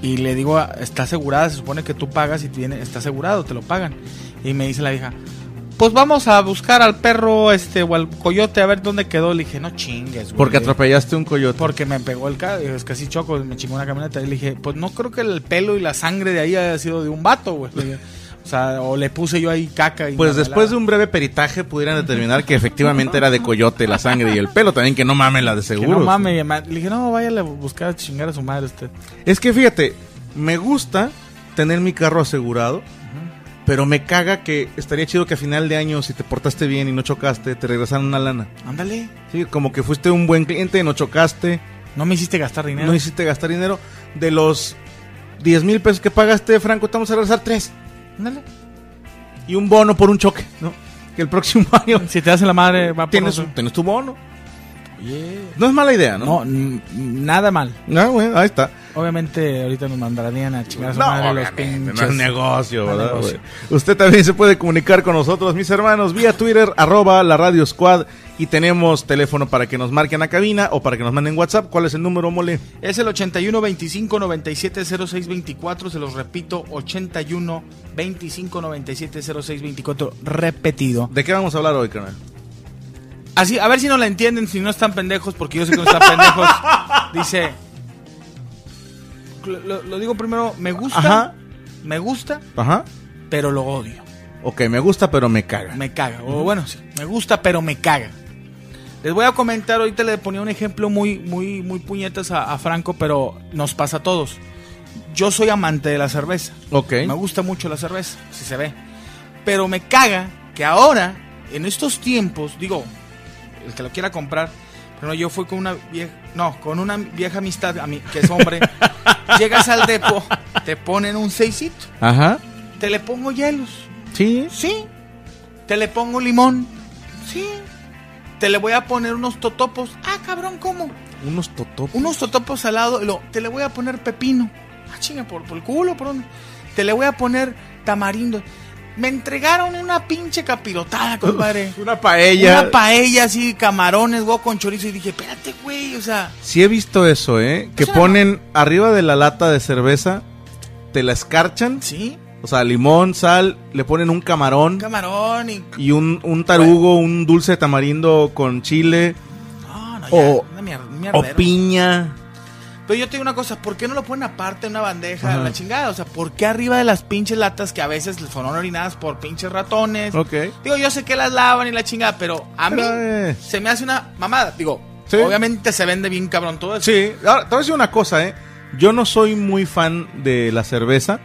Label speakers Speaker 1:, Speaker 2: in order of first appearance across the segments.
Speaker 1: y le digo, "Ah, está asegurada, se supone que tú pagas y tiene, está asegurado, te lo pagan. Y me dice la vieja, pues vamos a buscar al perro este o al coyote a ver dónde quedó. Le dije, no chingues, güey.
Speaker 2: Porque atropellaste un coyote. Pues
Speaker 1: Porque me pegó el carro, es que así choco, me chingó una camioneta. Y le dije, pues no creo que el pelo y la sangre de ahí haya sido de un vato, güey. Le dije, O sea, o le puse yo ahí caca. Y
Speaker 2: Pues
Speaker 1: mermelada.
Speaker 2: después de un breve peritaje pudieran determinar que efectivamente era de coyote la sangre y el pelo. También que no mamen la de
Speaker 1: Que
Speaker 2: seguro.
Speaker 1: no mames, mi mamá. le dije, no, váyale a buscar a chingar a su madre usted.
Speaker 2: Es que fíjate, me gusta tener mi carro asegurado, pero me caga que estaría chido que a final de año, si te portaste bien y no chocaste, te regresaran una lana.
Speaker 1: Ándale,
Speaker 2: Sí, como que fuiste un buen cliente, no chocaste,
Speaker 1: no me hiciste gastar dinero.
Speaker 2: no hiciste gastar dinero. De los 10 mil pesos que pagaste, Franco, te vamos a regresar tres.
Speaker 1: Ándale.
Speaker 2: Y un bono por un choque, ¿no? Que el próximo año
Speaker 1: Si te hacen la madre, va por
Speaker 2: tienes,
Speaker 1: otro.
Speaker 2: tienes tu bono. No es mala idea, ¿no?
Speaker 1: No, n- nada mal.
Speaker 2: Ah, bueno, ahí está.
Speaker 1: Obviamente ahorita nos mandarían a chingar a su
Speaker 2: No,
Speaker 1: madre los
Speaker 2: obviamente,
Speaker 1: pinches. pues.
Speaker 2: no es negocio,
Speaker 1: No es
Speaker 2: ¿verdad,
Speaker 1: negocio.
Speaker 2: güey? Usted también se puede comunicar con nosotros, mis hermanos, vía Twitter, arroba la Radio Squad. Y tenemos teléfono para que nos marquen a cabina o para que nos manden WhatsApp. ¿Cuál es el número, mole?
Speaker 1: Es el 81 25 97 06 24, se los repito, 81 25 97 06 24, repetido.
Speaker 2: ¿De qué vamos a hablar hoy, carnal?
Speaker 1: Así, a ver si no la entienden, si no están pendejos, porque yo sé que no están pendejos. Dice, lo, lo- lo digo primero, me gusta,
Speaker 2: Ajá.
Speaker 1: me gusta,
Speaker 2: Ajá.
Speaker 1: pero lo odio.
Speaker 2: Ok, me gusta, pero me caga.
Speaker 1: Me caga. O bueno, sí, me gusta, pero me caga. Les voy a comentar, ahorita le ponía un ejemplo muy, muy, muy puñetas a, a Franco, pero nos pasa a todos. Yo soy amante de la cerveza.
Speaker 2: Ok.
Speaker 1: Me gusta mucho la cerveza, si se ve. Pero me caga que ahora, en estos tiempos, digo, el que lo quiera comprar, pero no, yo fui con una vieja, no, con una vieja amistad, a mí, que es hombre, llegas al depo, te ponen un seisito,
Speaker 2: Ajá.
Speaker 1: te le pongo hielos.
Speaker 2: Sí.
Speaker 1: Sí. Te le pongo limón. Sí. Te le voy a poner unos totopos. Ah, cabrón, ¿cómo?
Speaker 2: Unos totopos.
Speaker 1: Unos totopos al lado. y luego, te le voy a poner pepino. Ah, chinga, por, por el culo, por dónde? Te le voy a poner tamarindo. Me entregaron una pinche capirotada, compadre.
Speaker 2: Una paella.
Speaker 1: Una paella así, camarones, huevo con chorizo. Y dije, espérate, güey, o sea...
Speaker 2: Sí he visto eso, ¿eh? Que
Speaker 1: Es una-
Speaker 2: ponen arriba de la lata de cerveza, te la escarchan.
Speaker 1: Sí,
Speaker 2: O sea, limón, sal, le ponen un camarón.
Speaker 1: un camarón y...
Speaker 2: y un, un tarugo, un dulce de tamarindo con chile
Speaker 1: No, no, ya,
Speaker 2: O-
Speaker 1: una mier- un
Speaker 2: o
Speaker 1: mierdero.
Speaker 2: piña.
Speaker 1: Pero yo te digo una cosa, ¿por qué no lo ponen aparte en una bandeja
Speaker 2: Ajá.
Speaker 1: la chingada? O sea, ¿por qué arriba de las pinches latas que a veces les fueron orinadas por pinches ratones?
Speaker 2: Ok.
Speaker 1: Digo, yo sé que las lavan y la chingada, pero a mí
Speaker 2: Pero, eh.
Speaker 1: se me hace una mamada. Digo,
Speaker 2: Sí.
Speaker 1: obviamente se vende bien cabrón todo eso.
Speaker 2: Sí, ahora te voy a decir una cosa, ¿eh? Yo no soy muy fan de la cerveza.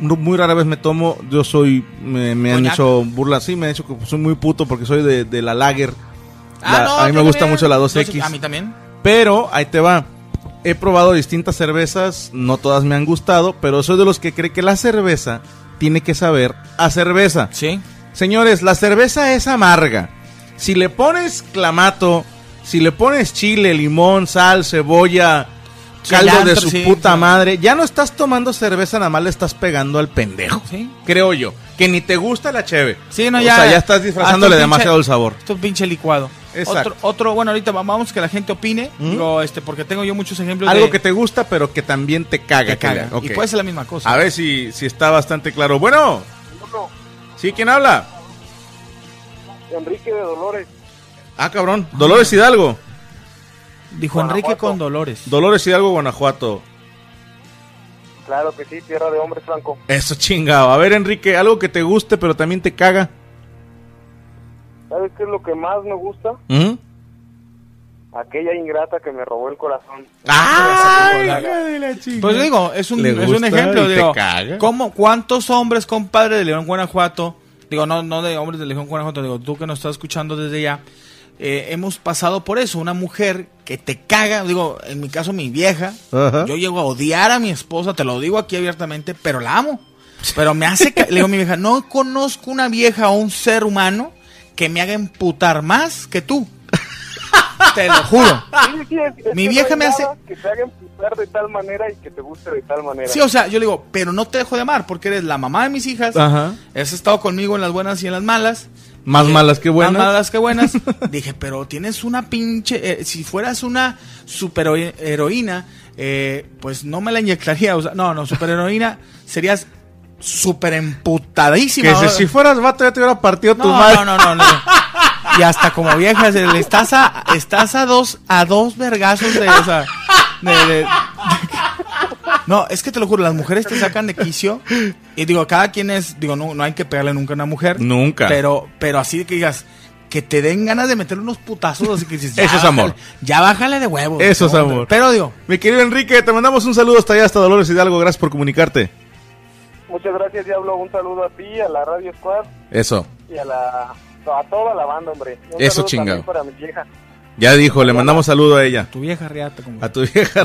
Speaker 2: no- muy rara vez me tomo. Yo soy. Me, me han
Speaker 1: Coñac.
Speaker 2: hecho burla. Sí, me han hecho que soy muy puto porque soy de, de la lager.
Speaker 1: Ah,
Speaker 2: La-
Speaker 1: no,
Speaker 2: a mí
Speaker 1: yo
Speaker 2: me gusta
Speaker 1: también.
Speaker 2: mucho la
Speaker 1: Yo
Speaker 2: 2X.
Speaker 1: sí- A mí también.
Speaker 2: Pero ahí te va. He probado distintas cervezas, no todas me han gustado, pero soy de los que cree que la cerveza tiene que saber a cerveza.
Speaker 1: Sí.
Speaker 2: Señores, la cerveza es amarga. Si le pones clamato, si le pones chile, limón, sal, cebolla, caldo de
Speaker 1: Cilantro,
Speaker 2: su
Speaker 1: sí,
Speaker 2: puta
Speaker 1: sí.
Speaker 2: madre, ya no estás tomando cerveza, nada más le estás pegando al pendejo.
Speaker 1: Sí.
Speaker 2: Creo yo. Que ni te gusta la cheve.
Speaker 1: Sí, no,
Speaker 2: O
Speaker 1: ya.
Speaker 2: sea, ya estás disfrazándole
Speaker 1: Hasta un
Speaker 2: demasiado
Speaker 1: pinche-
Speaker 2: el sabor.
Speaker 1: Esto es pinche licuado.
Speaker 2: Exacto.
Speaker 1: Otro, otro, bueno, ahorita vamos que la gente opine.
Speaker 2: ¿Mm?
Speaker 1: Digo, este, porque tengo yo muchos ejemplos
Speaker 2: Algo
Speaker 1: de
Speaker 2: que te gusta, pero que también te
Speaker 1: que
Speaker 2: caga. que
Speaker 1: caga.
Speaker 2: le- ok.
Speaker 1: Y puede ser la misma cosa.
Speaker 2: A ver si, si está bastante claro. Bueno. Sí, ¿quién habla?
Speaker 3: Enrique de Dolores.
Speaker 2: Ah, cabrón. Dolores Hidalgo.
Speaker 1: Dijo Enrique
Speaker 3: Guanajuato.
Speaker 1: con Dolores.
Speaker 2: Dolores Hidalgo, Guanajuato.
Speaker 3: Claro que sí, tierra de hombres franco.
Speaker 2: Eso chingado. A ver, Enrique, algo que te guste, pero también te caga.
Speaker 3: ¿Sabes qué es lo que más me gusta?
Speaker 2: ¿Mm?
Speaker 3: Aquella ingrata que me robó el corazón.
Speaker 2: ¡Ay,
Speaker 3: Esa
Speaker 2: hija de la chingada!
Speaker 1: Pues digo, es un,
Speaker 2: Le
Speaker 1: es un
Speaker 2: gusta
Speaker 1: ejemplo.
Speaker 2: y te
Speaker 1: Digo,
Speaker 2: caga.
Speaker 1: ¿cómo, ¿Cuántos hombres, compadre de León Guanajuato? Digo, no, no de hombres de León Guanajuato, digo, tú que nos estás escuchando desde allá. eh, hemos pasado por eso, una mujer que te caga, digo, en mi caso mi vieja,
Speaker 2: Ajá.
Speaker 1: yo llego a odiar a mi esposa, te lo digo aquí abiertamente, pero la amo. Pero me hace, ca- le digo a mi vieja, no conozco una vieja o un ser humano que me haga emputar más que tú. Te lo juro.
Speaker 3: Sí, sí, es- es
Speaker 1: Mi
Speaker 3: que
Speaker 1: vieja
Speaker 3: no hay
Speaker 1: me hace-
Speaker 3: nada Que te hagan pisar de tal manera y que te guste de tal manera.
Speaker 1: Sí, o sea, yo le digo, pero no te dejo de amar porque eres la mamá de mis hijas.
Speaker 2: Ajá.
Speaker 1: Has estado conmigo en las buenas y en las malas.
Speaker 2: Más
Speaker 1: Eh,
Speaker 2: malas que buenas.
Speaker 1: Más malas que buenas. Dije, pero tienes una pinche. eh, si fueras una superheroína, eh, pues no me la inyectaría. O sea, no, no, superheroína serías super emputadísima.
Speaker 2: que si, si fueras vato ya te hubiera partido
Speaker 1: no,
Speaker 2: tu madre.
Speaker 1: no, no, no, no. Y hasta como vieja, se le- estás a, estás a dos, a dos vergazos de, o sea, de- de- No, es que te lo juro, las mujeres te sacan de quicio. Y digo, cada quien es, digo, no, no hay que pegarle nunca a una mujer.
Speaker 2: Nunca.
Speaker 1: Pero, pero así de que digas, que te den ganas de meterle unos putazos, así que dices, ya
Speaker 2: Eso es amor.
Speaker 1: bájale- Ya bájale de huevos.
Speaker 2: Eso es
Speaker 1: ¿no?
Speaker 2: amor.
Speaker 1: Pero digo,
Speaker 2: Mi querido Enrique, te mandamos un saludo hasta allá, hasta Dolores Hidalgo. Gracias por comunicarte.
Speaker 3: Muchas gracias, Diablo. Un saludo a ti, a la Radio Squad
Speaker 2: Eso.
Speaker 3: y a la a toda la banda, hombre. Un
Speaker 2: Eso
Speaker 3: saludo
Speaker 2: chingado.
Speaker 3: también Para mi vieja.
Speaker 2: Ya dijo, le mandamos saludo a ella.
Speaker 1: tu vieja riata como.
Speaker 2: A tu vieja.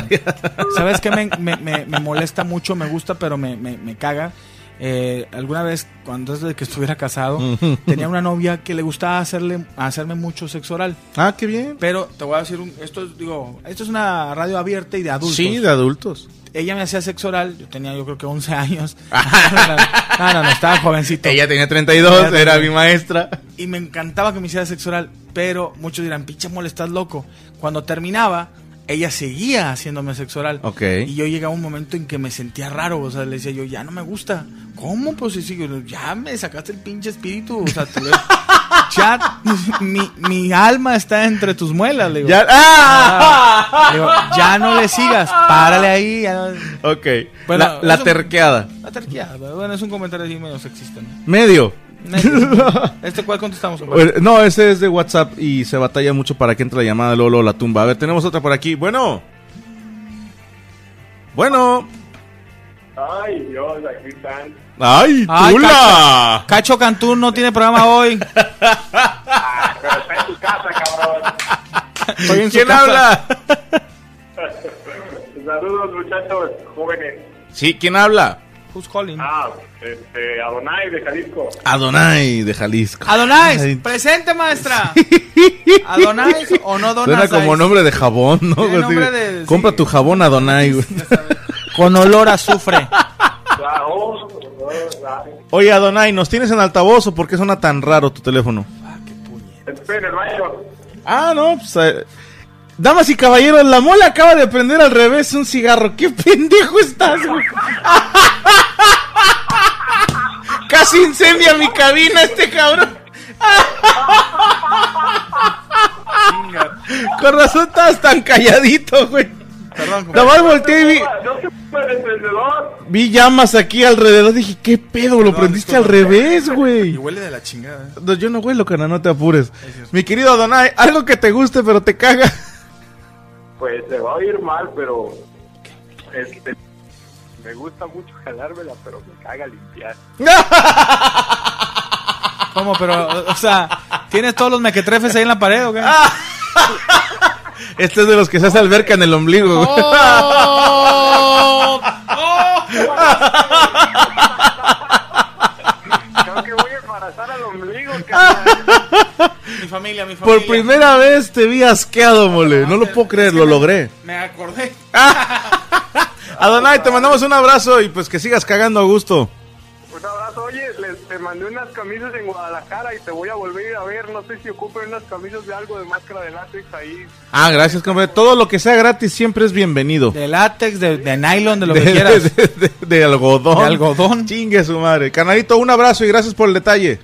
Speaker 1: ¿Sabes qué? Me, me- me- me molesta mucho, me gusta, pero me, me- me caga. Eh, alguna vez, cuando antes de que estuviera casado, tenía una novia que le gustaba hacerle, hacerme mucho sexo oral.
Speaker 2: ah, qué bien.
Speaker 1: Pero te voy a decir, un- esto, es, digo, esto es una radio abierta y de adultos.
Speaker 2: Sí, de adultos.
Speaker 1: Ella me hacía sexo oral, yo tenía yo creo que 11 años. no, no, no, estaba jovencito.
Speaker 2: Ella tenía 32,
Speaker 1: Ella
Speaker 2: era mi
Speaker 1: tenía-
Speaker 2: maestra.
Speaker 1: Y me encantaba que me hiciera sexo oral, pero muchos dirán, pinche mole, estás loco. Cuando terminaba, ella seguía haciéndome sexo oral.
Speaker 2: Ok.
Speaker 1: Y yo llegaba a un momento en que me sentía raro, o sea, le decía yo, ya no me gusta. ¿Cómo? Pues sí, sí, yo, ya me sacaste el pinche espíritu, o sea, te lo- ya mi, mi alma está entre tus muelas, le digo.
Speaker 2: Ya. ¡Ah!
Speaker 1: Le digo, ya no le sigas, párale ahí. ya no-
Speaker 2: Ok.
Speaker 1: Bueno,
Speaker 2: la la
Speaker 1: eso-
Speaker 2: terqueada.
Speaker 1: La terquía, bueno, es un comentario así medio sexista. ¿no?
Speaker 2: Medio.
Speaker 1: ¿Este cuál contestamos? compadre?
Speaker 2: Bueno, No, ese es de WhatsApp y se batalla mucho para que entre la llamada luego, luego la tumba. A ver, tenemos otra por aquí. Bueno. Bueno.
Speaker 3: Ay, Dios, aquí están.
Speaker 2: ¡Ay,
Speaker 1: Ay,
Speaker 2: tula!
Speaker 1: Cacho Cantú no tiene programa hoy.
Speaker 3: Pero está en tu casa, cabrón.
Speaker 1: Estoy en su
Speaker 2: ¿Quién
Speaker 1: casa.
Speaker 2: habla?
Speaker 3: Saludos, muchachos jóvenes.
Speaker 2: Sí, ¿quién habla?
Speaker 1: Who's calling?
Speaker 3: Ah, este, Adonai de Jalisco.
Speaker 2: Adonai de Jalisco.
Speaker 1: Adonais,
Speaker 2: Ay,
Speaker 1: presente maestra. Adonais o no
Speaker 2: Suena
Speaker 1: Adonais.
Speaker 2: como nombre de jabón, ¿no?
Speaker 1: Tiene
Speaker 2: Así,
Speaker 1: nombre de-
Speaker 2: Compra
Speaker 1: sí.
Speaker 2: tu jabón Adonai, güey.
Speaker 1: Con olor a azufre.
Speaker 3: Ah, oh, oh, ah.
Speaker 2: Oye, Adonai, ¿nos tienes en altavoz o por qué suena tan raro tu teléfono?
Speaker 3: Estoy en el baño.
Speaker 2: Ah, no, pues. eh, Damas y caballeros, la mola acaba de prender al revés un cigarro. ¡Qué pendejo estás, güey! Casi incendia mi cabina este cabrón. Con razón estabas tan calladito, güey.
Speaker 1: Perdón, compadre.
Speaker 2: Nomás volteé y vi,
Speaker 3: No se puede el encendedor.
Speaker 2: vi llamas aquí alrededor. Dije, ¿qué pedo? Lo
Speaker 1: No,
Speaker 2: prendiste al
Speaker 1: disculpa.
Speaker 2: revés, güey.
Speaker 1: Y huele de la chingada.
Speaker 2: No, yo no huelo, cana, no te apures. Mi querido Adonai, algo que te guste, pero te caga.
Speaker 3: Pues se va a oír mal, pero. Este.
Speaker 4: Me gusta mucho jalármela, pero me caga limpiar.
Speaker 1: ¿Cómo? Pero, o sea, ¿tienes todos los mequetrefes ahí en la pared o qué?
Speaker 2: Este es de los que se hace alberca en el ombligo. güey.
Speaker 1: Oh,
Speaker 4: Creo que voy a embarazar al ombligo, carnal.
Speaker 1: Mi familia, mi familia.
Speaker 2: Por primera vez te vi asqueado,
Speaker 1: Ah,
Speaker 2: mole. No lo puedo creer, lo logré.
Speaker 1: Me acordé.
Speaker 2: Adonai, te mandamos un abrazo y pues que sigas cagando a gusto.
Speaker 4: Un abrazo, oye, le- te mandé unas camisas en Guadalajara y te voy a volver a ir a ver. No sé si ocupen unas camisas de algo de máscara de látex ahí.
Speaker 2: Ah, gracias, compadre. Todo lo que sea gratis siempre es bienvenido.
Speaker 1: De látex, de, de nylon, de lo
Speaker 2: de,
Speaker 1: que quieras.
Speaker 2: de- de- de algodón.
Speaker 1: De algodón.
Speaker 2: Chingue su madre. Canalito, un abrazo y gracias por el detalle.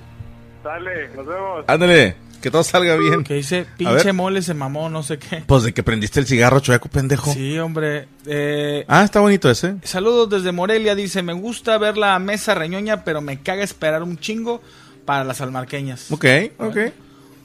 Speaker 4: Dale, nos vemos.
Speaker 2: Ándale, que todo salga bien.
Speaker 1: Que dice,
Speaker 2: A
Speaker 1: pinche
Speaker 2: ver.
Speaker 1: mole se mamó, no sé qué.
Speaker 2: Pues de que prendiste el cigarro chueco, pendejo.
Speaker 1: Sí, hombre. Eh,
Speaker 2: Ah, está bonito ese.
Speaker 1: Saludos desde Morelia, dice, me gusta ver la mesa reñoña, pero me caga esperar un chingo para las almarqueñas.
Speaker 2: Ok, ok.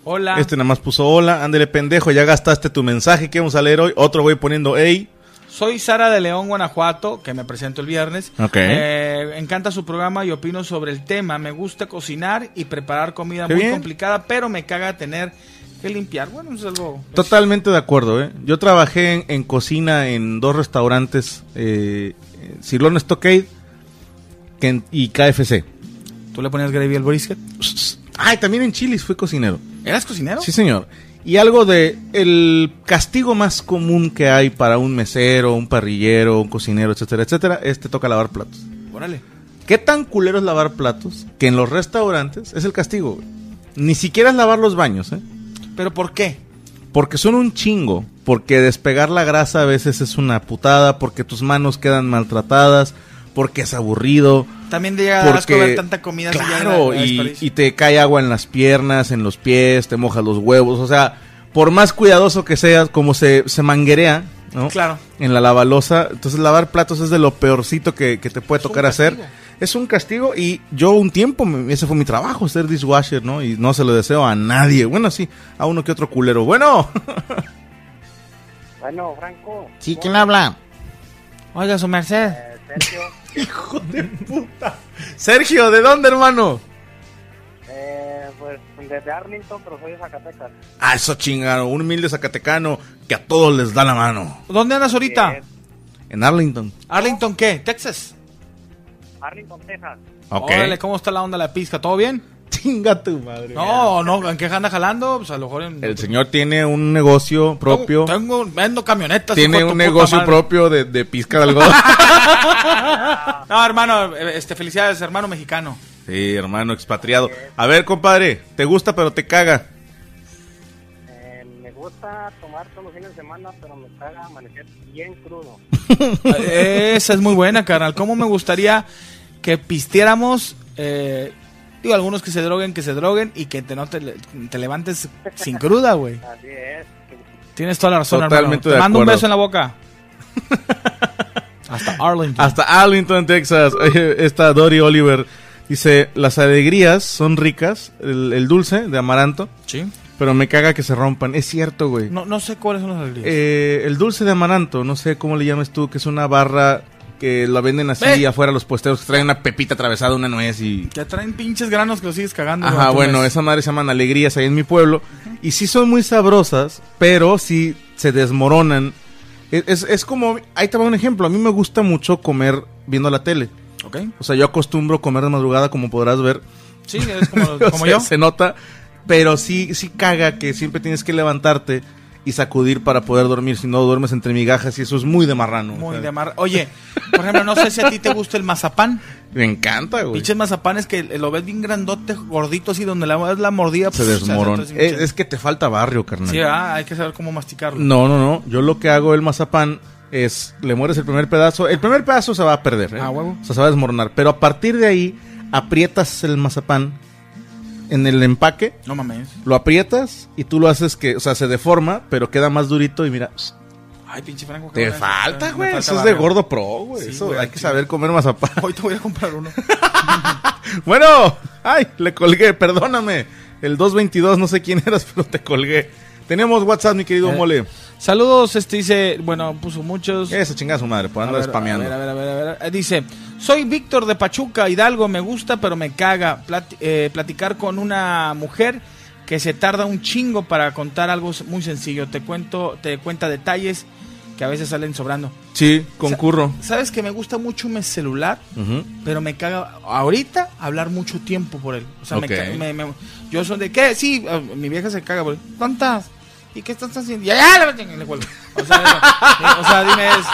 Speaker 1: Hola.
Speaker 2: Este nada más puso hola, ándale pendejo, ya gastaste tu mensaje que vamos a leer hoy. Otro güey poniendo hey.
Speaker 1: Soy Sara de León, Guanajuato, que me presento el viernes.
Speaker 2: Ok.
Speaker 1: Eh, encanta su programa y opino sobre el tema. Me gusta cocinar y preparar comida
Speaker 2: Qué
Speaker 1: muy
Speaker 2: bien.
Speaker 1: complicada, pero me caga tener que limpiar. Bueno, es algo... es-
Speaker 2: Totalmente de acuerdo, ¿eh? Yo trabajé en, en cocina en dos restaurantes, eh, Cirlón Stockade que en- y KFC.
Speaker 1: ¿Tú le ponías gravy al brisket?
Speaker 2: Ay, también en Chilis fui cocinero.
Speaker 1: ¿Eras cocinero?
Speaker 2: Sí, señor. Y algo de el castigo más común que hay para un mesero, un parrillero, un cocinero, etcétera, etcétera, es te toca lavar platos.
Speaker 1: Órale.
Speaker 2: ¿Qué tan culero es lavar platos? Que en los restaurantes es el castigo, güey. Ni siquiera es lavar los baños, ¿eh?
Speaker 1: ¿Pero por qué?
Speaker 2: Porque son un chingo. Porque despegar la grasa a veces es una putada. Porque tus manos quedan maltratadas. Porque es aburrido.
Speaker 1: También de llegar a
Speaker 2: Porque.
Speaker 1: ver tanta comida. así ya
Speaker 2: claro,
Speaker 1: era- era
Speaker 2: y,
Speaker 1: desperdicio.
Speaker 2: y te cae agua en las piernas, en los pies, te mojas los huevos. O sea, por más cuidadoso que seas, como se, se manguerea, ¿no?
Speaker 1: Claro.
Speaker 2: En la lavalosa. Entonces, lavar platos es de lo peorcito que, que te puede tocar hacer. Es un castigo y yo un tiempo, me- ese fue mi trabajo, ser dishwasher, ¿no? Y no se lo deseo a nadie. Bueno, sí, a uno que otro culero. Bueno.
Speaker 4: Bueno, Franco. Eh,
Speaker 2: Sí, ¿quién habla?
Speaker 1: Oiga, su merced.
Speaker 4: Sergio,
Speaker 2: Hijo de puta. Sergio, ¿de dónde, hermano?
Speaker 4: pues desde Arlington, pero soy de Zacatecas.
Speaker 2: Ah, eso chingado, un humilde zacatecano que a todos les da la mano.
Speaker 1: ¿Dónde andas ahorita?
Speaker 4: Eh,
Speaker 2: En Arlington.
Speaker 1: Arlington, ¿qué? ¿Texas?
Speaker 4: Arlington, Texas.
Speaker 1: Órale, ¿cómo está la onda la pizca? ¿Todo bien?
Speaker 2: Chinga tu madre.
Speaker 1: No, no, ¿en qué anda jalando? Pues a lo mejor en...
Speaker 2: El señor tiene un negocio propio.
Speaker 1: Tengo, vendo camionetas.
Speaker 2: Tiene
Speaker 1: hijo de tu
Speaker 2: un
Speaker 1: puta
Speaker 2: negocio
Speaker 1: madre.
Speaker 2: propio de, de pizca de algodón.
Speaker 1: No, hermano, eh, este, felicidades, hermano mexicano.
Speaker 2: sí, hermano, expatriado. A ver, compadre, te gusta pero te caga.
Speaker 4: Eh, me gusta tomar todos los fines de semana, pero me caga amanecer bien crudo.
Speaker 1: Eh, Esa es muy buena, carnal. ¿Cómo me gustaría que pistiéramos? eh, digo, algunos que se droguen, que se droguen y que te, no te, le- te levantes sin cruda, güey.
Speaker 4: Así es.
Speaker 1: Tienes toda la razón,
Speaker 2: Totalmente
Speaker 1: hermano.
Speaker 2: de
Speaker 1: Te mando un
Speaker 2: acuerdo.
Speaker 1: beso en la boca. Hasta Arlington.
Speaker 2: Hasta Arlington, Texas. Oye, Esta Dory Oliver dice, las alegrías son ricas, el, el dulce de amaranto,
Speaker 1: Sí.
Speaker 2: pero me caga que se rompan. Es cierto, güey.
Speaker 1: No, no sé cuáles son las alegrías.
Speaker 2: Eh, el dulce de amaranto, no sé cómo le llames tú, que es una barra que la venden así
Speaker 1: Ve.
Speaker 2: afuera los posteros, que traen una pepita atravesada, una nuez y...
Speaker 1: Te traen pinches granos que los sigues cagando.
Speaker 2: Ajá,
Speaker 1: durante un
Speaker 2: bueno,
Speaker 1: mes.
Speaker 2: esa madre se llaman alegrías ahí en mi pueblo. Y sí son muy sabrosas, pero sí se desmoronan. Es, es- es como, ahí te va un ejemplo, a mí me gusta mucho comer viendo la tele.
Speaker 1: Ok.
Speaker 2: O sea, yo acostumbro comer de madrugada, como podrás ver.
Speaker 1: Sí, es como, los-
Speaker 2: O
Speaker 1: como
Speaker 2: sea,
Speaker 1: yo.
Speaker 2: Se nota, pero sí, sí caga que siempre tienes que levantarte y sacudir para poder dormir. Si no, duermes entre migajas y eso es muy de marrano. o
Speaker 1: Muy
Speaker 2: sea.
Speaker 1: de mar. Oye, por ejemplo, no sé si a ti te gusta el mazapán.
Speaker 2: Me encanta, güey.
Speaker 1: Pinches mazapanes que lo ves bien grandote, gordito, así donde la, la mordida
Speaker 2: Se
Speaker 1: pues,
Speaker 2: desmorona.
Speaker 1: o sea, entonces,
Speaker 2: Eh, es que te falta barrio, carnal.
Speaker 1: Sí, ¿verdad? hay que saber cómo masticarlo.
Speaker 2: No, no, no. Yo lo que hago el mazapán es le mueres el primer pedazo. El primer pedazo se va a perder. ¿eh?
Speaker 1: Ah, huevo.
Speaker 2: O sea, se va a desmoronar. Pero a partir de ahí, aprietas el mazapán en el empaque,
Speaker 1: No mames.
Speaker 2: lo aprietas y tú lo haces que, o sea, se deforma, pero queda más durito y mira,
Speaker 1: Ay, pinche franco.
Speaker 2: te
Speaker 1: cabrón,
Speaker 2: falta,
Speaker 1: Pues, me
Speaker 2: güey.
Speaker 1: falta
Speaker 2: Eso es de
Speaker 1: barrio.
Speaker 2: gordo pro, güey.
Speaker 1: Sí,
Speaker 2: Eso
Speaker 1: güey,
Speaker 2: hay que
Speaker 1: sí.
Speaker 2: saber comer mazapán.
Speaker 1: Hoy te voy a comprar uno.
Speaker 2: bueno, ay, le colgué, perdóname. El 222, no sé quién eras, pero te colgué. Tenemos WhatsApp, mi querido
Speaker 1: Eh,
Speaker 2: Mole.
Speaker 1: Saludos, este dice, bueno, puso muchos.
Speaker 2: Esa chingada su madre, por
Speaker 1: A
Speaker 2: andar
Speaker 1: ver,
Speaker 2: spameando.
Speaker 1: a ver, a ver, a ver, a ver. Eh, Dice, soy Víctor de Pachuca, Hidalgo, me gusta, pero me caga plati- eh, platicar con una mujer que se tarda un chingo para contar algo s- muy sencillo. Te cuento, te cuenta detalles que a veces salen sobrando.
Speaker 2: Sí, concurro.
Speaker 1: Sabes que me gusta mucho mi celular,
Speaker 2: Ujú.
Speaker 1: pero me caga ahorita hablar mucho tiempo por él. O sea, me
Speaker 2: Ok.
Speaker 1: ca- me, me- yo soy de qué, sí, eh, mi vieja se caga por él. ¿Cuántas? ¿Y qué estás haciendo? Ya, ya, la- le cuelgo. O sea, eh, o sea, dime eso.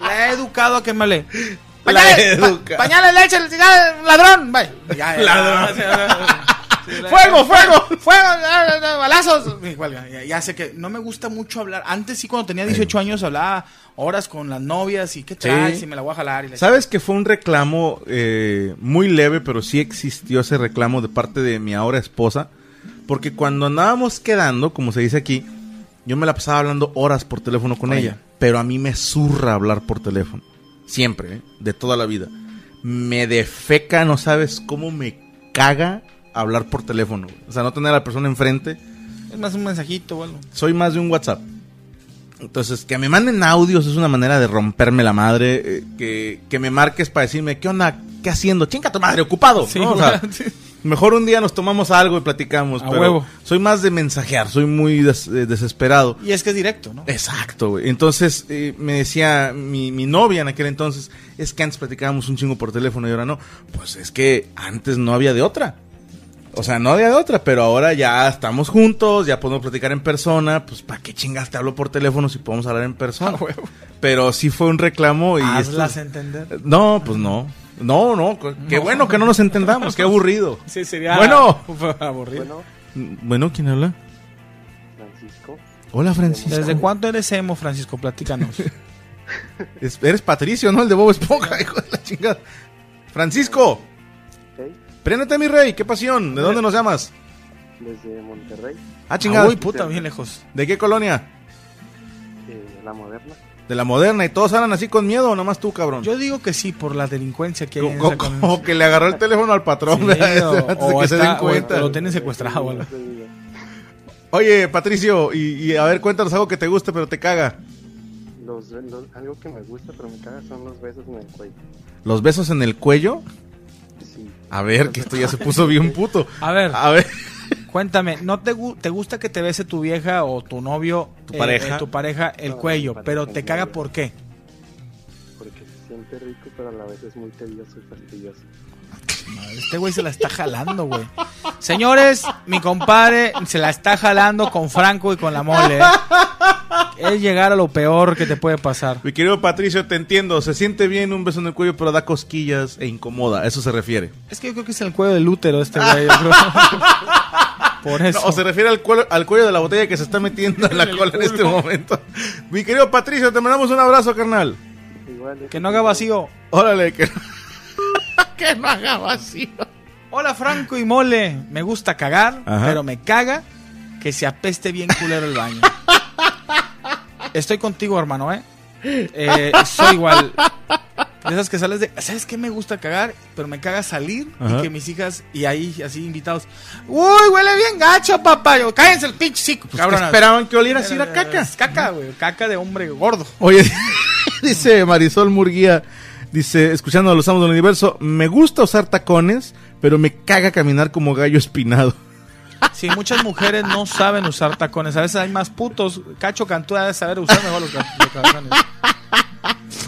Speaker 1: La he educado a que me hable.
Speaker 2: La he
Speaker 1: Pañales, pa-
Speaker 2: educado.
Speaker 1: pañales, leche, ya, ladrón, vaya. Ya, ya,
Speaker 2: Ladrón.
Speaker 1: sí, sí, sí, la-
Speaker 2: ¡Fuego, fuego!
Speaker 1: ¡Fuego! ah, ah, ah, ¡Balazos! Y cuelga. Ya, ya sé que no me gusta mucho hablar. Antes sí, cuando tenía 18 años, hablaba horas con las novias y qué traes y me la voy a jalar. Y la-
Speaker 2: ¿Sabes que fue un reclamo eh, muy leve, pero sí existió ese reclamo de parte de mi ahora esposa? Porque cuando andábamos quedando, como se dice aquí, yo me la pasaba hablando horas por teléfono con,
Speaker 1: Con
Speaker 2: ella,
Speaker 1: ella.
Speaker 2: Pero a mí me zurra hablar por teléfono. Siempre, ¿eh? de toda la vida. Me defeca, no sabes cómo me caga hablar por teléfono. güey. O sea, no tener a la persona enfrente.
Speaker 1: Es más un mensajito o algo.
Speaker 2: soy más de un WhatsApp. Entonces, que me manden audios es una manera de romperme la madre. eh, que, que me marques para decirme, ¿qué onda? ¿Qué haciendo? Chinga tu madre, ocupado.
Speaker 1: Sí,
Speaker 2: ¿no? O sea,
Speaker 1: sí.
Speaker 2: mejor un día nos tomamos algo y platicamos.
Speaker 1: A
Speaker 2: pero
Speaker 1: huevo.
Speaker 2: Soy más de mensajear, soy muy des- eh, desesperado.
Speaker 1: Y es que es directo, ¿no?
Speaker 2: Exacto, güey. Entonces eh, me decía mi, mi novia en aquel entonces, es que antes platicábamos un chingo por teléfono y ahora no. Pues es que antes no había de otra. O sea, no había de otra, pero ahora ya estamos juntos, ya podemos platicar en persona. Pues ¿para qué chingas te hablo por teléfono si podemos hablar en persona? pero sí fue un reclamo y...
Speaker 1: Hazlas
Speaker 2: esto-
Speaker 1: entender.
Speaker 2: No, pues no. No, no. Qué bueno que no nos entendamos, qué aburrido.
Speaker 1: Sí, sería
Speaker 2: Bueno.
Speaker 1: aburrido.
Speaker 4: Bueno,
Speaker 2: Bueno, ¿quién habla?
Speaker 4: Francisco.
Speaker 2: Hola, Francisco.
Speaker 1: ¿Desde cuánto eres emo, Francisco? Platícanos.
Speaker 2: Es- eres Patricio, ¿no? El de Bob Esponja, hijo de la chingada. Francisco,
Speaker 4: ¿ok?
Speaker 2: préndete, mi rey, qué pasión. ¿De dónde nos llamas?
Speaker 4: Desde Monterrey,
Speaker 2: Ah, chingada.
Speaker 1: Uy, puta, bien lejos.
Speaker 2: ¿De qué colonia?
Speaker 4: eh, la moderna.
Speaker 2: De la moderna y todos hablan así con miedo, o nomás tú, cabrón.
Speaker 1: Yo digo que sí, por la delincuencia que hay en
Speaker 2: Co-
Speaker 1: esa
Speaker 2: co-
Speaker 1: colonia.
Speaker 2: como que le agarró el teléfono al patrón,
Speaker 1: Sí,
Speaker 2: ¿verdad?
Speaker 1: o-
Speaker 2: Antes de
Speaker 1: o
Speaker 2: que se
Speaker 1: está-
Speaker 2: den cuenta.
Speaker 1: o- o Ah, lo tienen secuestrado. o algo.
Speaker 2: Oye, Patricio, y, y a ver, cuéntanos algo que te guste, pero te caga.
Speaker 4: Los, los- algo que me gusta, pero me caga, son los besos en el cuello.
Speaker 2: ¿Los besos en el cuello?
Speaker 4: Sí.
Speaker 2: A ver, que esto ya se puso bien puto.
Speaker 1: A ver,
Speaker 2: A ver.
Speaker 1: cuéntame, ¿no te, gu- te gusta que te bese tu vieja o tu novio, eh,
Speaker 2: Tu pareja.
Speaker 1: tu pareja el
Speaker 4: No,
Speaker 1: cuello,
Speaker 4: mi pareja,
Speaker 1: pero te
Speaker 4: mi
Speaker 1: caga
Speaker 4: novia.
Speaker 1: por qué?
Speaker 4: Porque se siente rico, pero a la vez es muy tedioso y fastidioso.
Speaker 1: Este güey se la está jalando, güey. Señores, mi compadre se la está jalando con Franco y con la mole. ¿eh? Es llegar a lo peor que te puede pasar.
Speaker 2: Mi querido Patricio, te entiendo. Se siente bien un beso en el cuello, pero da cosquillas e incomoda. A eso se refiere.
Speaker 1: Es que yo creo que es el cuello del útero este güey. yo creo. Por eso.
Speaker 2: No, o se refiere al cuello, al cuello de la botella que se está metiendo en la cola en este momento. Mi querido Patricio, te mandamos un abrazo, carnal.
Speaker 4: Igual,
Speaker 1: Que no haga vacío.
Speaker 2: Órale, que, que no haga vacío.
Speaker 1: Hola Franco y mole. Me gusta cagar,
Speaker 2: Ajá.
Speaker 1: pero me caga que se apeste bien culero el baño. Estoy contigo, hermano, ¿eh? Eh, soy igual. De esas que sales de. ¿Sabes qué me gusta cagar? Pero me caga salir
Speaker 2: Ajá.
Speaker 1: y que mis hijas y ahí, así invitados. ¡Uy, huele bien gacho, papá! Yo, cállense el pinche chico,
Speaker 2: Pues, ¿qué esperaban que oliera así la caca.
Speaker 1: Caca, güey. Caca de hombre gordo.
Speaker 2: Oye, dice Marisol Murguía, dice, escuchando a los amos del universo, me gusta usar tacones, pero me caga caminar como gallo espinado.
Speaker 1: Sí, muchas mujeres no saben usar tacones. A veces hay más putos. Cacho Cantú ha de saber usar mejor los, ca- los tacones.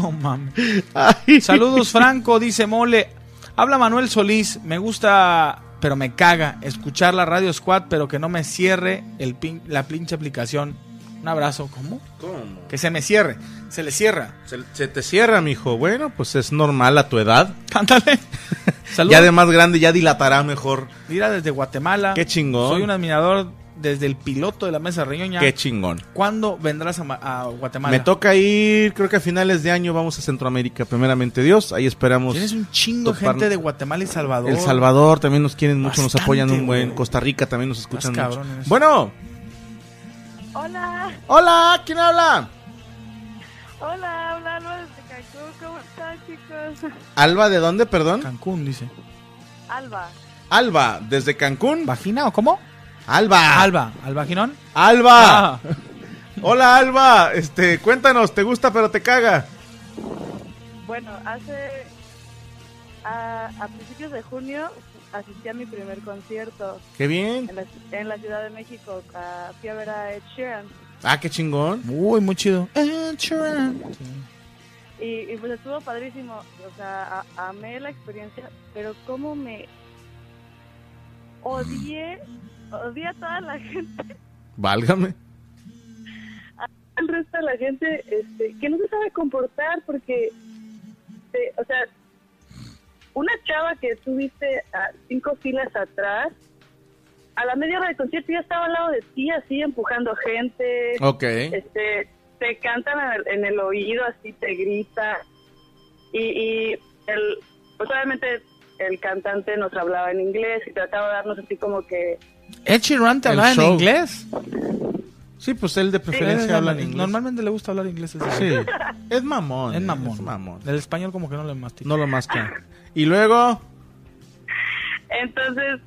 Speaker 1: No mames.
Speaker 2: Ay.
Speaker 1: Saludos, Franco, dice Mole. Habla Manuel Solís. Me gusta, pero me caga escuchar la Radio Squad, pero que no me cierre el pin- la pinche aplicación. Un abrazo. ¿Cómo? Que se me cierre. Se le cierra.
Speaker 2: Se, se te cierra, mijo. Bueno, pues es normal a tu edad.
Speaker 1: Ándale. Saludos.
Speaker 2: Ya de más grande ya dilatará mejor.
Speaker 1: Mira, desde Guatemala.
Speaker 2: Qué chingón.
Speaker 1: Soy un admirador desde el piloto de la mesa reñoña.
Speaker 2: Qué chingón.
Speaker 1: ¿Cuándo vendrás a, Ma- a Guatemala?
Speaker 2: Me toca ir, creo que a finales de año vamos a Centroamérica, primeramente Dios. Ahí esperamos.
Speaker 1: Tienes un chingo de
Speaker 2: topar-
Speaker 1: gente de Guatemala y Salvador.
Speaker 2: El Salvador también nos quieren mucho, nos
Speaker 1: Bastante,
Speaker 2: apoyan un buen.
Speaker 1: güey.
Speaker 2: Costa Rica también nos escuchan
Speaker 1: Estás
Speaker 2: mucho.
Speaker 1: cabrón en eso.
Speaker 2: Bueno,
Speaker 5: Hola,
Speaker 2: hola, ¿quién habla?
Speaker 5: hola, hola, Alba desde Cancún, ¿cómo están chicos?
Speaker 2: Alba, ¿de dónde, perdón?
Speaker 1: Cancún, dice.
Speaker 5: Alba,
Speaker 2: Alba, desde Cancún.
Speaker 1: ¿Vagina o cómo?
Speaker 2: Alba,
Speaker 1: Alba, Alba Ginón.
Speaker 2: Alba.
Speaker 1: Ah.
Speaker 2: Hola Alba, este, cuéntanos, ¿te gusta pero te caga?
Speaker 3: Bueno, hace. A, a principios de junio asistí a mi primer concierto
Speaker 2: Qué bien.
Speaker 3: en la, en la Ciudad de México. a- fui a ver a Ed Sheeran.
Speaker 2: Ah, qué chingón.
Speaker 1: Uy, muy chido.
Speaker 3: Y, y pues estuvo padrísimo. O sea, a- amé la experiencia, pero cómo me odié. Odié a toda la gente.
Speaker 2: Válgame.
Speaker 3: el resto de la gente este, que no se sabe comportar porque, eh, o sea, una chava que tuviste a cinco filas atrás, a la media hora del concierto ya estaba al lado de ti así empujando gente,
Speaker 2: Ok.
Speaker 3: este, te cantan en el, en el oído así, te grita y, y el, pues obviamente el cantante nos hablaba en inglés y trataba de darnos así como que
Speaker 1: Ed Sheeran te
Speaker 2: El
Speaker 1: hablaba en
Speaker 2: show.
Speaker 1: inglés.
Speaker 2: Sí, pues él de preferencia
Speaker 1: Eh,
Speaker 2: habla en inglés.
Speaker 1: Normalmente le gusta hablar inglés. ese
Speaker 2: Sí.
Speaker 1: güey.
Speaker 2: Es mamón.
Speaker 1: Es
Speaker 2: eh,
Speaker 1: mamón.
Speaker 2: Es mamón.
Speaker 1: El español como que no le mastica.
Speaker 2: No lo masca. Y luego,
Speaker 3: Entonces,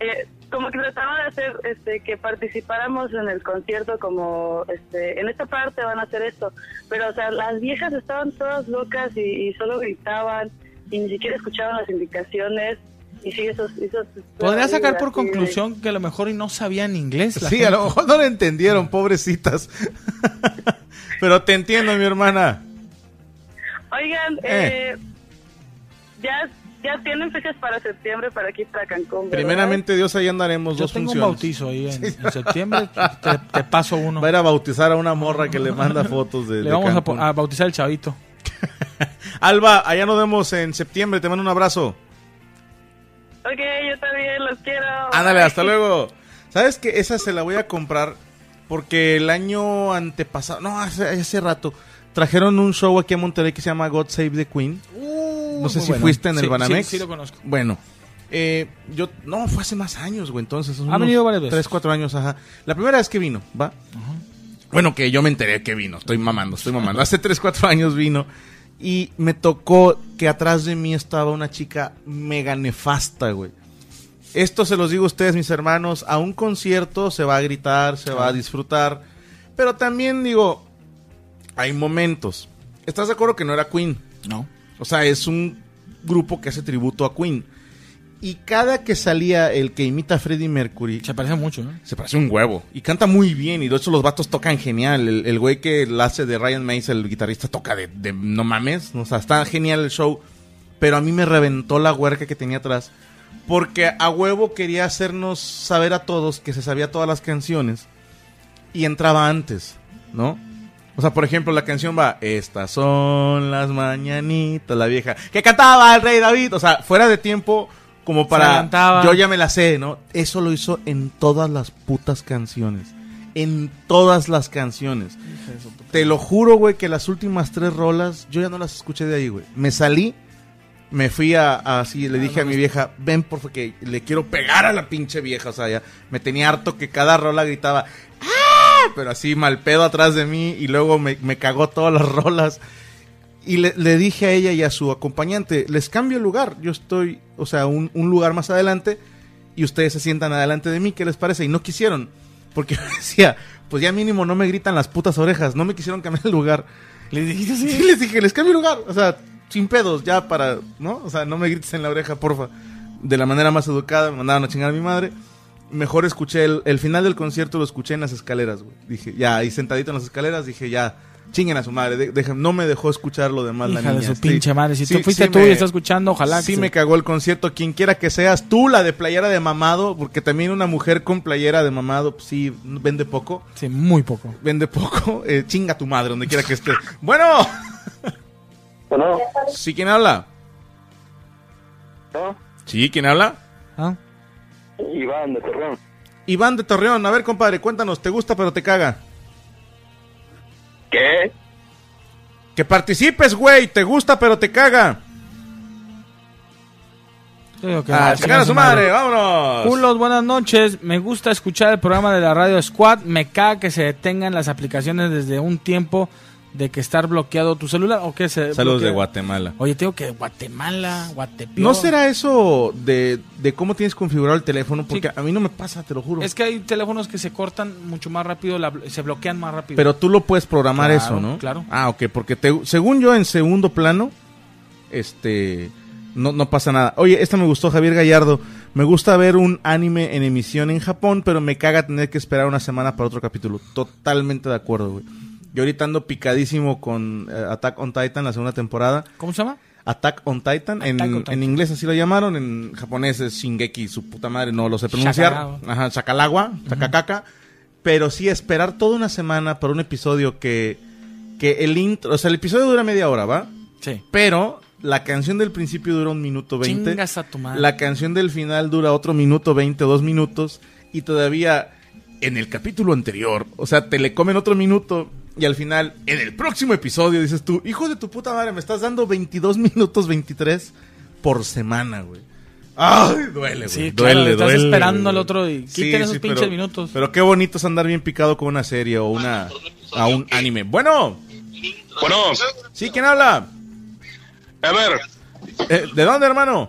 Speaker 3: eh, como que trataba de hacer este, que participáramos en el concierto, como este, en esta parte van a hacer esto. Pero, o sea, las viejas estaban todas locas y, y solo gritaban y ni siquiera escuchaban las indicaciones. Y sí, esos. esos
Speaker 1: Podría sacar por
Speaker 3: así de-
Speaker 1: conclusión que a lo mejor y no sabían inglés. la
Speaker 2: sí, a
Speaker 1: gente.
Speaker 2: lo mejor no le entendieron, pobrecitas. Pero te entiendo, mi hermana.
Speaker 3: Oigan,
Speaker 2: Eh.
Speaker 3: eh, ya, ya tienen fechas para septiembre para aquí, para Cancún. ¿verdad?
Speaker 2: Primeramente, Dios, ahí andaremos
Speaker 1: Yo
Speaker 2: dos
Speaker 1: tengo un
Speaker 2: funciones.
Speaker 1: bautizo ahí en, en septiembre. Te, te paso uno.
Speaker 2: Va a ir a bautizar a una morra que le manda fotos de.
Speaker 1: Le
Speaker 2: de
Speaker 1: vamos a,
Speaker 2: Cancún.
Speaker 1: po- a bautizar al chavito.
Speaker 2: Alba, allá nos vemos en septiembre. Te mando un abrazo.
Speaker 3: Ok, yo también los quiero.
Speaker 2: Ándale, Ah, hasta luego. ¿Sabes que Esa se la voy a comprar porque el año antepasado, no, hace, hace rato, trajeron un show aquí a Monterrey que se llama God Save the Queen. no sé
Speaker 1: muy
Speaker 2: si
Speaker 1: Uh, bueno.
Speaker 2: fuiste en el
Speaker 1: Sí,
Speaker 2: Banamex.
Speaker 1: sí, sí lo conozco.
Speaker 2: Bueno, eh, yo, no, fue hace más años, güey, entonces. unos
Speaker 1: venido varias veces.
Speaker 2: Tres, cuatro años, ajá. La primera vez que vino, ¿va? Bueno, que yo me enteré que vino, estoy mamando, estoy mamando. Hace 3, 4 años vino y me tocó que atrás de mí estaba una chica mega nefasta, güey. Esto se los digo a ustedes, mis hermanos, a un concierto se va a gritar, se va a disfrutar, pero también digo, hay momentos. ¿Estás de acuerdo que no era Queen?
Speaker 1: No.
Speaker 2: O sea, es un grupo que hace tributo a Queen. Y cada que salía el que imita a Freddie Mercury,
Speaker 1: Se parece mucho, ¿eh?
Speaker 2: se parece un huevo. Y canta muy bien. Y de hecho los vatos tocan genial. El, el güey que la hace de Ryan Mays, el guitarrista, toca de, de no mames. O sea, está genial el show. Pero a mí me reventó la huerca que tenía atrás. Porque a huevo quería hacernos saber a todos que se sabía todas las canciones. Y entraba antes, ¿no? O sea, por ejemplo, la canción va, estas son las mañanitas, la vieja, que cantaba el rey David. O sea, fuera de tiempo, como para...
Speaker 1: adelantaba.
Speaker 2: Yo ya me la sé, ¿no? Eso lo hizo en todas las putas canciones. En todas las canciones. Te lo juro, güey, que las últimas tres rolas, yo ya no las escuché de ahí, güey. Me salí, me fui a, a- así, le dije a mi vieja, ven por favor, que le quiero pegar a la pinche vieja. O sea, ya me tenía harto que cada rola gritaba, ¡ah! Pero así mal pedo atrás de mí y luego me, me cagó todas las rolas. Y le, le dije a ella y a su acompañante, les cambio el lugar, yo estoy, o sea, un, un lugar más adelante y ustedes se sientan adelante de mí, ¿qué les parece? Y no quisieron, porque yo decía, pues ya mínimo no me gritan las putas orejas, no me quisieron cambiar el lugar. Les dije, sí, les dije, les cambio el lugar, o sea, sin pedos, ya para, ¿no? O sea, no me grites en la oreja, porfa. De la manera más educada, me mandaron a chingar a mi madre. Mejor escuché el, el final del concierto, lo escuché en las escaleras, güey. Dije, ya, ahí sentadito en las escaleras, dije, ya, chinguen a su madre. de- deja- no me dejó escuchar lo demás la
Speaker 1: Hija de
Speaker 2: niña,
Speaker 1: su
Speaker 2: sí.
Speaker 1: pinche madre. Si
Speaker 2: Sí,
Speaker 1: tú fuiste
Speaker 2: sí
Speaker 1: tú
Speaker 2: me-
Speaker 1: y estás escuchando, ojalá.
Speaker 2: Sí
Speaker 1: que-
Speaker 2: me cagó el concierto, quien quiera que seas, tú la de playera de mamado, porque también una mujer con playera de mamado, pues, sí, vende poco,
Speaker 1: Sí, muy poco.
Speaker 2: vende poco, eh, chinga tu madre, donde quiera que estés. bueno,
Speaker 6: Bueno,
Speaker 2: sí, ¿quién habla?
Speaker 6: ¿no?
Speaker 2: Sí, ¿quién habla?
Speaker 1: ¿Ah?
Speaker 6: Iván de Torreón.
Speaker 2: Iván de Torreón, a ver compadre, cuéntanos, ¿te gusta pero te caga?
Speaker 6: ¿Qué?
Speaker 2: Que participes, güey, te gusta pero te caga.
Speaker 1: Yo digo que-
Speaker 2: A
Speaker 1: Ah,
Speaker 2: chingar a su madre, vámonos.
Speaker 1: Culos, buenas noches. Me gusta escuchar el programa de la radio Squad. Me caga que se detengan las aplicaciones desde un tiempo de que estar bloqueado tu celular o que se
Speaker 2: Saludos de
Speaker 1: bloquea?
Speaker 2: Guatemala.
Speaker 1: Oye, tengo que Guatemala, Guatepeor.
Speaker 2: ¿No será eso de, de cómo tienes configurado el teléfono? Porque
Speaker 1: Sí.
Speaker 2: a mí no me pasa, te lo juro.
Speaker 1: Es que hay teléfonos que se cortan mucho más rápido, la bl- se bloquean más rápido.
Speaker 2: Pero tú lo puedes programar
Speaker 1: Claro,
Speaker 2: eso, ¿no?
Speaker 1: claro.
Speaker 2: Ah, ok, porque te- según yo en segundo plano, este, no, no pasa nada. Oye, esta me gustó, Javier Gallardo. Me gusta ver un anime en emisión en Japón, pero me caga tener que esperar una semana para otro capítulo. Totalmente de acuerdo, güey. Yo ahorita ando picadísimo con eh, Attack on Titan, la segunda temporada.
Speaker 1: ¿Cómo se llama?
Speaker 2: Attack on Titan, en,
Speaker 1: Attack on Titan.
Speaker 2: en inglés así lo llamaron, en japonés es Shingeki, su puta madre, no lo sé pronunciar.
Speaker 1: Shakalagua.
Speaker 2: Ajá, Shakalagua, Shakakaka. Pero sí, esperar toda una semana para un episodio que, que el intro, o sea, el episodio dura media hora, ¿va?
Speaker 1: Sí.
Speaker 2: Pero la canción del principio dura un minuto veinte.
Speaker 1: Chingas a tu madre.
Speaker 2: La canción del final dura otro minuto veinte, dos minutos. Y todavía en el capítulo anterior, o sea, te le comen otro minuto. Y al final, en el próximo episodio, dices tú, hijo de tu puta madre, me estás dando 22 minutos 23 por semana, güey. Ay, duele, güey.
Speaker 1: Sí, claro,
Speaker 2: duele,
Speaker 1: estás
Speaker 2: duele,
Speaker 1: esperando al
Speaker 2: güey.
Speaker 1: otro y
Speaker 2: Sí,
Speaker 1: quiten esos
Speaker 2: sí,
Speaker 1: pinches
Speaker 2: pero-
Speaker 1: minutos.
Speaker 2: Pero qué bonito es andar bien picado con una serie o una a un anime. Bueno,
Speaker 7: Bueno,
Speaker 2: sí, ¿quién habla?
Speaker 7: Ever,
Speaker 2: Eh, ¿De dónde, hermano?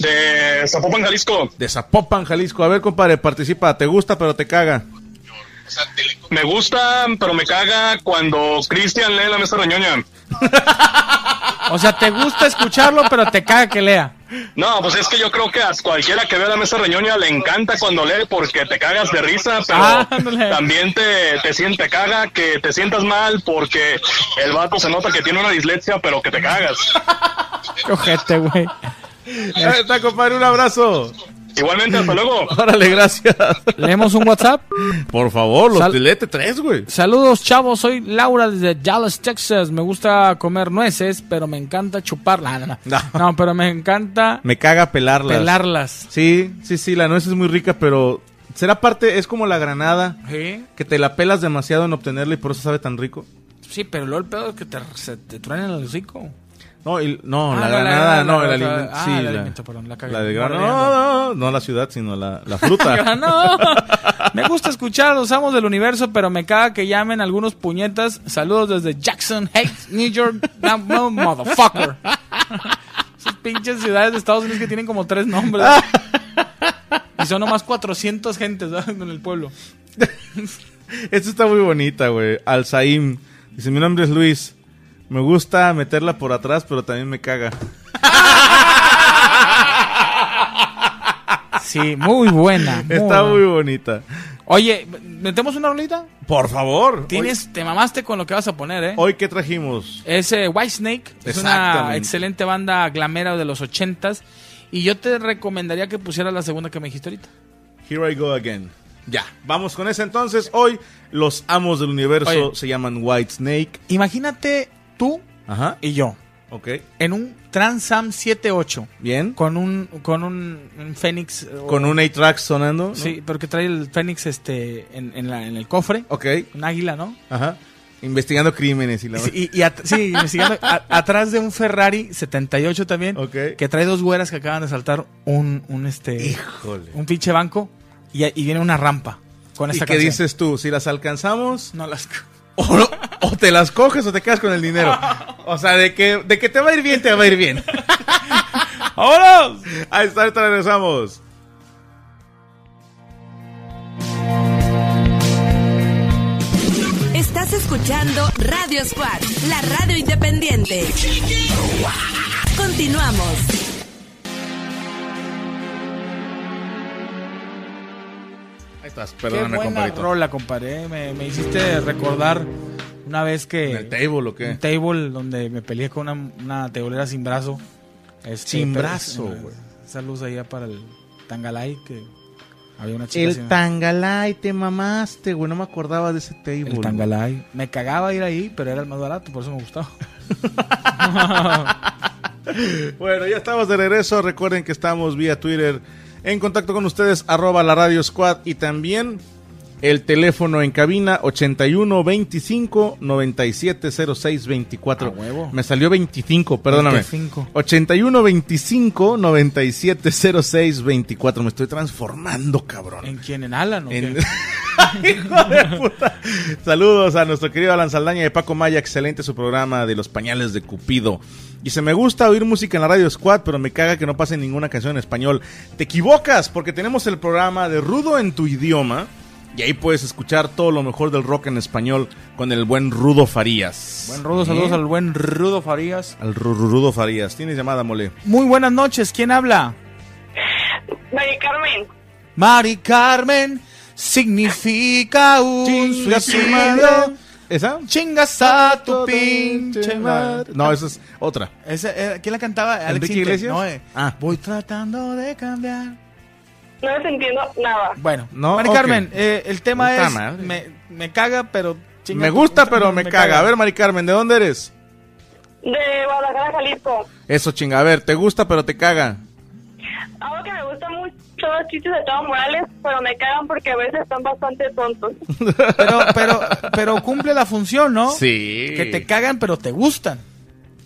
Speaker 7: de Zapopan, Jalisco,
Speaker 2: De Zapopan, Jalisco. A ver, compadre, participa. Te gusta, pero te caga.
Speaker 7: me gusta, pero me caga cuando Cristian lee la mesa de la ñoña.
Speaker 1: O sea, te gusta escucharlo, pero te caga que lea.
Speaker 7: No, pues es que yo creo que a cualquiera que vea la mesa de la ñoña le encanta cuando lee porque te cagas de risa, pero
Speaker 1: Ándale.
Speaker 7: también te, te siente caga que te sientas mal porque el vato se nota que tiene una dislexia, pero que te cagas.
Speaker 1: Qué ojete, güey.
Speaker 2: Ahí está, compadre, un abrazo.
Speaker 7: Igualmente, hasta luego.
Speaker 2: Órale, gracias.
Speaker 1: Leemos un WhatsApp.
Speaker 2: Por favor, los
Speaker 1: Sal-
Speaker 2: telete tres, güey.
Speaker 1: Saludos, chavos. Soy Laura desde Dallas, Texas. Me gusta comer nueces, pero me encanta chuparlas. No, no, no.
Speaker 2: No.
Speaker 1: No, pero me encanta
Speaker 2: Me caga pelarlas.
Speaker 1: pelarlas.
Speaker 2: Sí, sí, sí, la nuez es muy rica, pero será parte, es como la granada,
Speaker 1: Sí,
Speaker 2: que te la pelas demasiado en obtenerla y por eso sabe tan rico.
Speaker 1: sí, pero luego el pedo es que te, se te truena el hocico.
Speaker 2: No, y- no,
Speaker 1: Ah,
Speaker 2: la
Speaker 1: no, la
Speaker 2: granada,
Speaker 1: granada,
Speaker 2: no,
Speaker 1: la
Speaker 2: el
Speaker 1: otra-
Speaker 2: alimento.
Speaker 1: ah,
Speaker 2: sí,
Speaker 1: el
Speaker 2: la,
Speaker 1: alimento, perdón, la cagué.
Speaker 2: la de grano.
Speaker 1: Mordiendo.
Speaker 2: No, no, no, la ciudad, sino la, la fruta.
Speaker 1: Ah, no. Me gusta escuchar a los amos del universo, pero me caga que llamen algunos puñetas. Saludos desde Jackson Heights, New York. No, no, motherfucker. Esas pinches ciudades de Estados Unidos que tienen como tres nombres. Y son nomás 400 gentes ¿verdad? en el pueblo.
Speaker 2: Esta está muy bonita, güey. Alzaim. Dice, mi nombre es Luis. Me gusta meterla por atrás, pero también me caga.
Speaker 1: Sí, muy buena.
Speaker 2: Está muy bonita.
Speaker 1: Oye, ¿metemos una rolita?
Speaker 2: Por favor.
Speaker 1: Tienes, te mamaste con lo que vas a poner, ¿eh?
Speaker 2: Hoy, hoy ¿qué trajimos?
Speaker 1: Es eh, White Snake, es una
Speaker 2: Exactamente.
Speaker 1: excelente banda glamera de los ochentas. Y yo te recomendaría que pusieras la segunda que me dijiste ahorita.
Speaker 2: Here I go again. Ya. Vamos con esa entonces. Hoy, los amos del universo
Speaker 1: Oye.
Speaker 2: se llaman White Snake.
Speaker 1: Imagínate tú
Speaker 2: Ajá.
Speaker 1: y yo
Speaker 2: Ok.
Speaker 1: en un Transam 78
Speaker 2: Bien. Con,
Speaker 1: con un con un, un Fénix eh, o-
Speaker 2: un A-Track sonando. ¿no?
Speaker 1: sí, pero que trae el Fénix este en, en la- en el cofre,
Speaker 2: Ok.
Speaker 1: un águila, ¿no?
Speaker 2: Ajá. Investigando crímenes y la
Speaker 1: Y, y at- sí, investigando, a- atrás de un Ferrari 78 también,
Speaker 2: Ok.
Speaker 1: que trae dos güeras que acaban de saltar un un este
Speaker 2: Híjole.
Speaker 1: un pinche banco y, y viene una rampa con
Speaker 2: ¿Y
Speaker 1: esta
Speaker 2: qué
Speaker 1: canción.
Speaker 2: dices tú? ¿Si las alcanzamos?
Speaker 1: No las
Speaker 2: O, no- o te las coges o te quedas con el dinero. O sea, de que, de que te va a ir bien, te va a ir bien. ¡Vámonos! Ahí está, ahorita regresamos.
Speaker 8: Estás escuchando Radio Squad, la radio independiente. Continuamos.
Speaker 2: Ahí estás,
Speaker 1: Qué
Speaker 2: perdóname,
Speaker 1: buena
Speaker 2: compadrito.
Speaker 1: rola, compadre. eh. Me, me hiciste recordar una vez que...
Speaker 2: ¿En el table o qué?
Speaker 1: Un table donde me peleé con una, una tebolera sin brazo. Este,
Speaker 2: Sin
Speaker 1: pero-
Speaker 2: brazo, güey.
Speaker 1: Saludos allá para el Tangalay, que había una chica...
Speaker 2: El
Speaker 1: sin-
Speaker 2: tangalay, te mamaste, güey. No me acordaba de ese table.
Speaker 1: el Tangalay. Me cagaba ir ahí, pero era el más barato, por eso me gustaba.
Speaker 2: Bueno, ya estamos de regreso. Recuerden que estamos vía Twitter en contacto con ustedes, arroba la Radio Squad y también el teléfono en cabina 81 25 97 06 24.
Speaker 1: A huevo.
Speaker 2: Me salió 25, perdóname.
Speaker 1: 25.
Speaker 2: 81 25 97 06 24. Me estoy transformando, cabrón.
Speaker 1: ¿En quién? ¿En Alan o
Speaker 2: En-
Speaker 1: qué?
Speaker 2: Hijo de puta. Saludos a nuestro querido Alan Saldaña de Paco Maya. Excelente su programa de los pañales de Cupido. Y se me gusta oír música en la radio Squad, pero me caga que no pase ninguna canción en español. Te equivocas porque tenemos el programa de Rudo en tu idioma. Y ahí puedes escuchar todo lo mejor del rock en español con el buen Rudo Farías.
Speaker 1: Buen Rudo, saludos al buen Rudo Farías.
Speaker 2: Al Ru- Ru- Rudo Farías. Tienes llamada, mole.
Speaker 1: Muy buenas noches, ¿quién habla?
Speaker 5: María Carmen,
Speaker 1: Mari Carmen significa un
Speaker 2: Chinga tu
Speaker 1: suicidio.
Speaker 2: madre. ¿Esa?
Speaker 1: Chingas a tu pinche madre.
Speaker 2: No, esa es otra.
Speaker 1: Esa, eh, ¿Quién la cantaba?
Speaker 2: ¿Enrique
Speaker 1: Inter-
Speaker 2: Iglesias?
Speaker 1: No, eh.
Speaker 2: Ah.
Speaker 1: Voy tratando de cambiar.
Speaker 5: no les entiendo nada.
Speaker 1: Bueno,
Speaker 2: No,
Speaker 1: Mari
Speaker 2: ok.
Speaker 1: Carmen, eh, el tema
Speaker 2: Puta
Speaker 1: es.
Speaker 2: madre.
Speaker 1: Me, me caga, pero. chinga
Speaker 2: Me
Speaker 1: tu
Speaker 2: gusta,
Speaker 1: puta
Speaker 2: pero
Speaker 1: madre,
Speaker 2: me caga. A ver, Mari Carmen, ¿de dónde eres?
Speaker 5: De Guadalajara, Jalisco.
Speaker 2: Eso, chinga. A ver, te gusta, pero te caga.
Speaker 5: Algo que me gusta mucho son los chistes de Tom Morales, pero me cagan porque a veces están bastante tontos.
Speaker 1: Pero, pero, pero cumple la función, ¿no?
Speaker 2: Sí.
Speaker 1: Que te cagan, pero te gustan.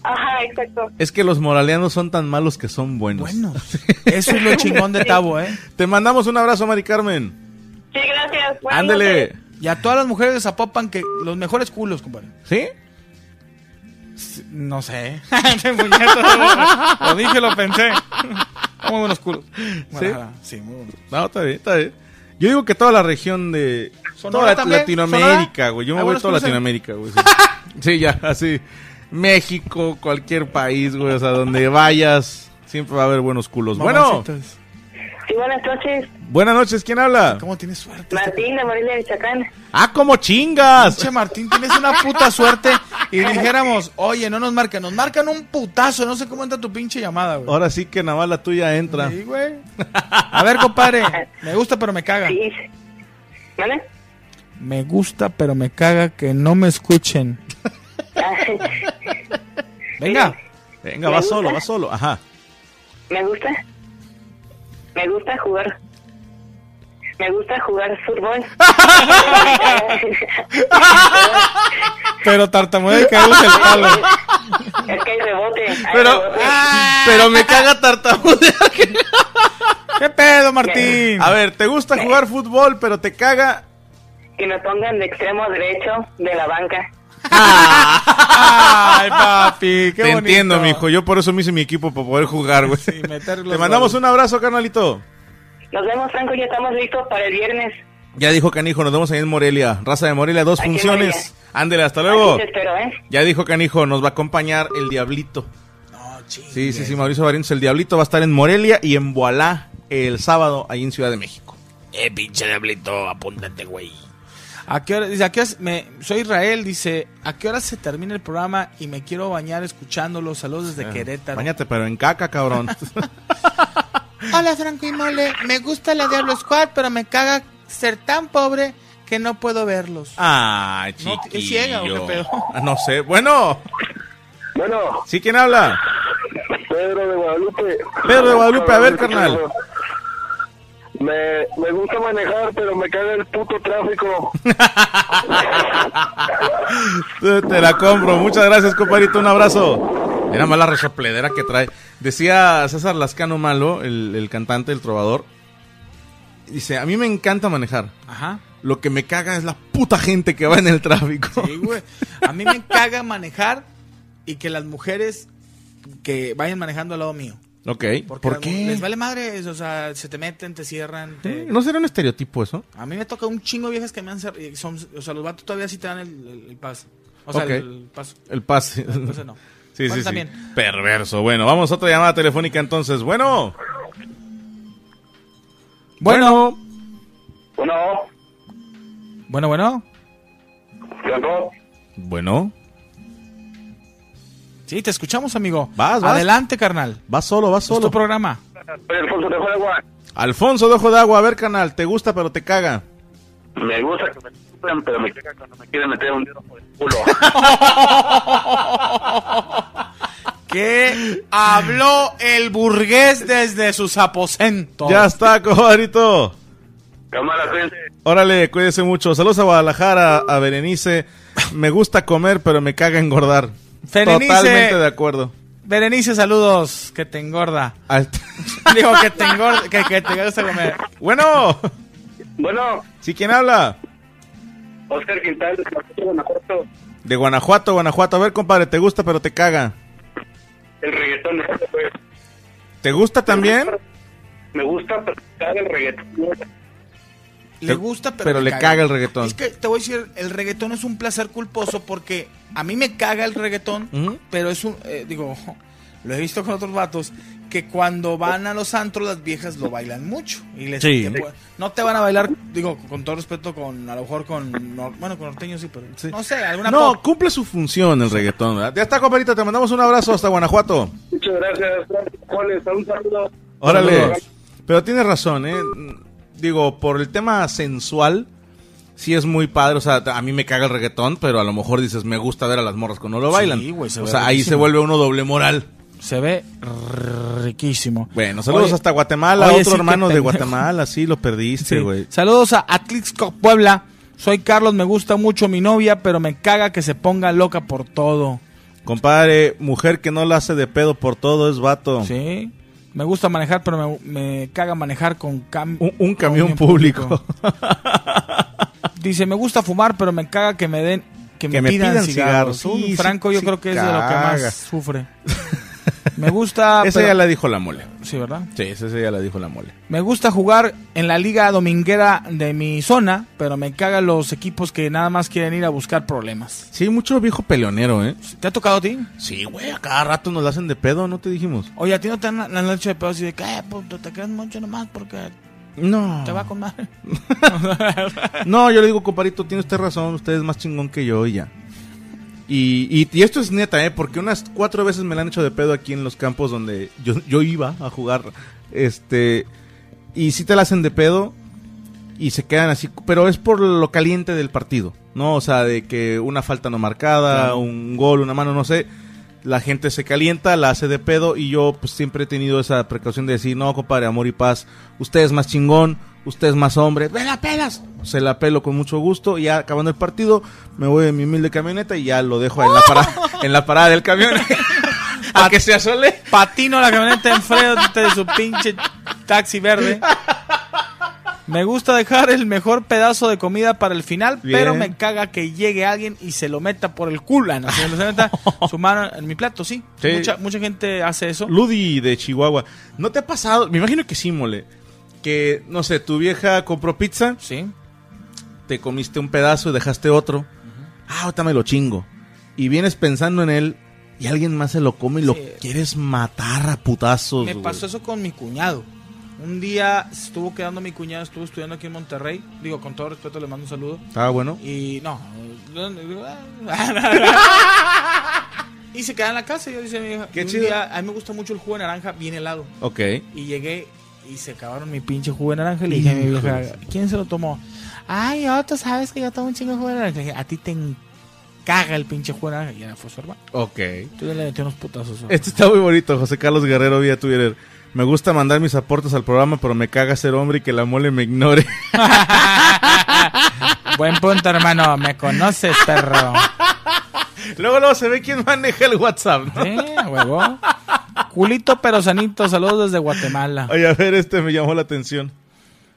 Speaker 5: Ajá, exacto.
Speaker 2: Es que los moraleanos son tan malos que son buenos.
Speaker 1: Bueno, eso es lo chingón de Tabo, ¿eh?
Speaker 2: Te mandamos un abrazo, Mari Carmen.
Speaker 5: Sí, gracias. Buenas
Speaker 2: Ándele.
Speaker 1: Y a todas las mujeres de Zapopan, que los mejores culos, compadre.
Speaker 2: ¿Sí?
Speaker 1: No sé. lo dije, lo pensé. Muy buenos culos. Guadalajara, sí, muy buenos.
Speaker 2: No, está bien, está bien. Yo digo que toda la región de...
Speaker 1: ¿Sonora
Speaker 2: toda
Speaker 1: también?
Speaker 2: Latinoamérica,
Speaker 1: ¿Sonora?
Speaker 2: güey. Yo me
Speaker 1: Ah,
Speaker 2: voy a
Speaker 1: bueno,
Speaker 2: toda
Speaker 1: es que no sé.
Speaker 2: Latinoamérica, güey. Sí. Sí, ya, así. México, cualquier país, güey. O sea, donde vayas, siempre va a haber buenos culos. Bueno,
Speaker 1: Mamacitas.
Speaker 5: Sí, buenas noches.
Speaker 2: buenas noches. ¿Quién habla?
Speaker 1: ¿Cómo tienes suerte? Este
Speaker 5: Martín de Morelia, Michoacán.
Speaker 2: ¡Ah, como chingas!
Speaker 1: Pinche Martín, tienes una puta suerte. Y dijéramos, oye, no nos marcan, nos marcan un putazo. No sé cómo entra tu pinche llamada, güey.
Speaker 2: Ahora sí que nada más la tuya entra.
Speaker 1: Sí, güey. A ver, compadre, me gusta, pero me caga.
Speaker 5: Sí. ¿Vale?
Speaker 1: Me gusta, pero me caga que no me escuchen. Venga.
Speaker 2: Venga, va solo, va solo. Ajá.
Speaker 5: Me gusta. Me gusta jugar. Me gusta jugar fútbol.
Speaker 1: Pero tartamudea y caemos el palo.
Speaker 5: es que hay rebote. hay
Speaker 2: Pero, ah.
Speaker 5: rebote.
Speaker 2: pero me caga tartamudear.
Speaker 1: ¿Qué pedo, Martín?
Speaker 2: A ver, ¿te gusta jugar fútbol, pero te caga?
Speaker 5: Que me pongan de extremo derecho de la banca.
Speaker 1: Ah. Ay, papi, qué
Speaker 2: te
Speaker 1: bonito.
Speaker 2: entiendo, mijo. Yo por eso me hice mi equipo para poder jugar, güey.
Speaker 1: Sí, meter los
Speaker 2: Te mandamos
Speaker 1: goles.
Speaker 2: un abrazo, carnalito.
Speaker 5: Nos vemos, Franco. Ya estamos listos para el viernes.
Speaker 2: Ya dijo Canijo, nos vemos ahí en Morelia. Raza de Morelia, dos
Speaker 5: Aquí en
Speaker 2: funciones. Ándele, hasta luego.
Speaker 5: Aquí te espero, ¿eh?
Speaker 2: Ya dijo Canijo, nos va a acompañar el Diablito.
Speaker 1: No, chingues.
Speaker 2: Sí, sí, sí, Mauricio Barrientos, el Diablito va a estar en Morelia y en Boalá el sábado, ahí en Ciudad de México.
Speaker 9: Eh, pinche diablito, apúntate, güey.
Speaker 1: ¿A qué hora? Dice, ¿a qué horas me, soy Israel, dice, ¿a qué hora se termina el programa? Y me quiero bañar escuchándolo. Saludos
Speaker 2: Ah,
Speaker 1: desde Querétaro.
Speaker 2: Báñate, pero en caca, cabrón.
Speaker 1: Hola, Franco y Mole. Me gusta la Diablo Squad, pero me caga ser tan pobre que no puedo verlos.
Speaker 2: Ah, chiquillo.
Speaker 1: No, ¿es ciega o qué pedo?
Speaker 2: Ah, No sé. Bueno,
Speaker 3: Bueno,
Speaker 2: ¿sí quién habla?
Speaker 3: Pedro de Guadalupe.
Speaker 2: Pedro de Guadalupe, a ver, carnal.
Speaker 3: Me, me gusta manejar, pero me caga el puto tráfico.
Speaker 2: Te Eh, te la compro. Muchas gracias, compadrito. Un abrazo. Era mala resopledera que trae. Decía César Lascano Malo, el, el cantante, el trovador. Dice, a mí me encanta manejar.
Speaker 1: Ajá.
Speaker 2: Lo que me caga es la puta gente que va en el tráfico.
Speaker 1: Sí, güey. A mí me caga manejar y que las mujeres que vayan manejando al lado mío.
Speaker 2: ok.
Speaker 1: Porque
Speaker 2: ¿Por
Speaker 1: las mu- Les
Speaker 2: qué? Mm,
Speaker 1: vale madre, eso, o sea, se te meten, te cierran. te-
Speaker 2: ¿No será un estereotipo eso?
Speaker 1: A mí me toca un chingo de viejas que me han cer- y son, o sea, los vatos todavía sí te dan el, el, el paso. O sea,
Speaker 2: Ok.
Speaker 1: el, el paso.
Speaker 2: El pase.
Speaker 1: Entonces no.
Speaker 2: Sí,
Speaker 1: Bueno,
Speaker 2: sí, sí.
Speaker 1: también.
Speaker 2: Perverso. Bueno, vamos a otra llamada telefónica entonces. Bueno.
Speaker 1: Bueno.
Speaker 3: Bueno,
Speaker 1: Bueno, bueno.
Speaker 3: Franco.
Speaker 2: Bueno.
Speaker 1: Sí, te escuchamos, amigo.
Speaker 2: Vas, vas.
Speaker 1: Adelante, carnal.
Speaker 2: Va solo, va
Speaker 1: Es tu
Speaker 2: solo.
Speaker 1: programa.
Speaker 3: Soy Alfonso ah. de Juegua.
Speaker 2: Alfonso de Ojo de Agua, a ver, canal, te gusta pero te caga.
Speaker 3: Me gusta que me escupen, pero me caga cuando me quieren meter un dedo por el culo.
Speaker 1: que habló el burgués desde sus aposentos.
Speaker 2: Ya está, cobarito.
Speaker 3: Cámara, cuídense.
Speaker 2: Órale, cuídese mucho. Saludos a Guadalajara, a Berenice. Me gusta comer, pero me caga engordar.
Speaker 1: Berenice.
Speaker 2: Totalmente de acuerdo.
Speaker 1: Berenice, saludos. Que te engorda.
Speaker 2: Al-
Speaker 1: Digo, que te engorda, que, que te gusta comer.
Speaker 2: bueno, Bueno. ¿Sí quién habla?
Speaker 10: Oscar Quintal, de Guanajuato,
Speaker 2: De Guanajuato, Guanajuato. A ver, compadre, te gusta pero te caga.
Speaker 10: el reggaetón. pues.
Speaker 2: ¿Te gusta también?
Speaker 10: Me gusta practicar el reggaetón.
Speaker 1: Le
Speaker 2: Te-
Speaker 1: gusta, pero,
Speaker 2: pero le caga el reggaetón.
Speaker 1: Es que te voy a decir, el reggaetón es un placer culposo porque a mí me caga el reggaetón,
Speaker 2: Ujú.
Speaker 1: pero es un. eh, digo, lo he visto con otros vatos que cuando van a los antros las viejas lo bailan mucho. Y les
Speaker 2: Sí.
Speaker 1: te pu- no te van a bailar, digo, con todo respeto, con a lo mejor con. nor- bueno, con norteño sí, pero. No sé, alguna
Speaker 2: No,
Speaker 1: pop.
Speaker 2: cumple su función el reggaetón, ¿verdad? Ya está, compadrito, te mandamos un abrazo hasta Guanajuato.
Speaker 10: Muchas gracias, gracias, Juanes, Un saludo.
Speaker 2: Órale.
Speaker 10: Saludos.
Speaker 2: Pero tienes razón, ¿eh? Digo, por el tema sensual, sí es muy padre. O sea, a mí me caga el reggaetón, pero a lo mejor dices, me gusta ver a las morras cuando lo
Speaker 1: Sí,
Speaker 2: bailan.
Speaker 1: güey, se
Speaker 2: o
Speaker 1: ve
Speaker 2: sea, ahí
Speaker 1: riquísimo.
Speaker 2: se vuelve uno doble moral.
Speaker 1: Se ve riquísimo.
Speaker 2: Bueno, saludos
Speaker 1: Oye,
Speaker 2: hasta Guatemala,
Speaker 1: oye, sí,
Speaker 2: otro
Speaker 1: qué
Speaker 2: hermano de
Speaker 1: pendejo.
Speaker 2: Guatemala, sí, lo perdiste,
Speaker 1: Sí.
Speaker 2: güey.
Speaker 1: Saludos a Atlixco Puebla. Soy Carlos, me gusta mucho mi novia, pero me caga que se ponga loca por todo.
Speaker 2: Compadre, mujer que no la hace de pedo por todo es vato.
Speaker 1: Sí. Me gusta manejar, pero me, me caga manejar con cam-
Speaker 2: Un, un camión público.
Speaker 1: Dice, me gusta fumar, pero me caga que me den que me,
Speaker 2: Que me
Speaker 1: pidan,
Speaker 2: pidan
Speaker 1: cigarros.
Speaker 2: cigarros. Sí,
Speaker 1: Uh, Franco
Speaker 2: sí,
Speaker 1: yo
Speaker 2: sí
Speaker 1: creo que es de lo que
Speaker 2: caga.
Speaker 1: más sufre. Me gusta
Speaker 2: Esa
Speaker 1: pero-
Speaker 2: ya la dijo la mole.
Speaker 1: Sí, ¿verdad?
Speaker 2: Sí, esa esa ya la dijo la mole.
Speaker 1: Me gusta jugar en la liga dominguera de mi zona, pero me cagan los equipos que nada más quieren ir a buscar problemas.
Speaker 2: Sí, mucho viejo peleonero, ¿eh?
Speaker 1: ¿Te ha tocado a ti?
Speaker 2: Sí, güey, a cada rato nos la hacen de pedo, ¿no te dijimos?
Speaker 1: Oye, a ti no te han, la han hecho de pedo así de que, eh, puto, te quedas mucho nomás porque
Speaker 2: No.
Speaker 1: te va con madre.
Speaker 2: No, yo le digo, comparito, tiene usted razón, usted es más chingón que yo y ya. Y, y- y esto es neta, ¿eh? Porque unas cuatro veces me la han hecho de pedo aquí en los campos donde yo, yo iba a jugar. Este. Y sí te la hacen de pedo y se quedan así. Pero es por lo caliente del partido, ¿no? O sea, de que una falta no marcada,
Speaker 1: Claro.
Speaker 2: un gol, una mano, no sé. La gente se calienta, la hace de pedo y yo pues siempre he tenido esa precaución de decir, no, compadre, amor y paz, usted es más chingón, usted es más hombre, ¡me la pelas! Se la pelo con mucho gusto y ya acabando el partido me voy en mi humilde camioneta y ya lo dejo en la parada, en la parada del camión. A que se asole.
Speaker 1: Patino la camioneta en freno de su pinche taxi verde. Me gusta dejar el mejor pedazo de comida para el final,
Speaker 2: Bien.
Speaker 1: pero me caga que llegue alguien y se lo meta por el culo. Ah, ¿no? Se lo meta su mano en mi plato, sí.
Speaker 2: Sí.
Speaker 1: Mucha, mucha gente hace eso.
Speaker 2: Ludi de Chihuahua, ¿no te ha pasado? Me imagino que sí, mole. Que, no sé, tu vieja compró pizza.
Speaker 1: Sí.
Speaker 2: Te comiste un pedazo y dejaste otro. Ah, ahorita me lo chingo. Y vienes pensando en él y alguien más se lo come y lo
Speaker 1: Sí.
Speaker 2: quieres matar a putazos.
Speaker 1: Me
Speaker 2: güey.
Speaker 1: pasó eso con mi cuñado. Un día estuvo quedando mi cuñado, estuvo estudiando aquí en Monterrey. Digo, con todo respeto, le mando un saludo.
Speaker 2: Ah, bueno.
Speaker 1: Y no. y se queda en la casa. Y yo dice a mi hija,
Speaker 2: Qué
Speaker 1: un
Speaker 2: chido.
Speaker 1: día, a mí me gusta mucho el jugo de naranja bien helado.
Speaker 2: Ok.
Speaker 1: Y llegué y se acabaron mi pinche jugo de naranja. Y le dije a mi vieja, ¿quién se lo tomó? Ay, yo, tú sabes que yo tomo un chingo de jugo de naranja. Le dije, a ti te caga el pinche jugo de naranja. Y era fue su hermano.
Speaker 2: Ok.
Speaker 1: Tú le metí unos putazos.
Speaker 2: Este está muy bonito, José Carlos Guerrero vía Twitter. Me gusta mandar mis aportes al programa, pero me caga ser hombre y que la mole me ignore.
Speaker 1: Buen punto, hermano. Me conoces, perro.
Speaker 2: luego, luego se ve quién maneja el WhatsApp. ¿no?
Speaker 1: Eh, huevo. Culito pero sanito. Saludos desde Guatemala.
Speaker 2: Oye, a ver, este me llamó la atención.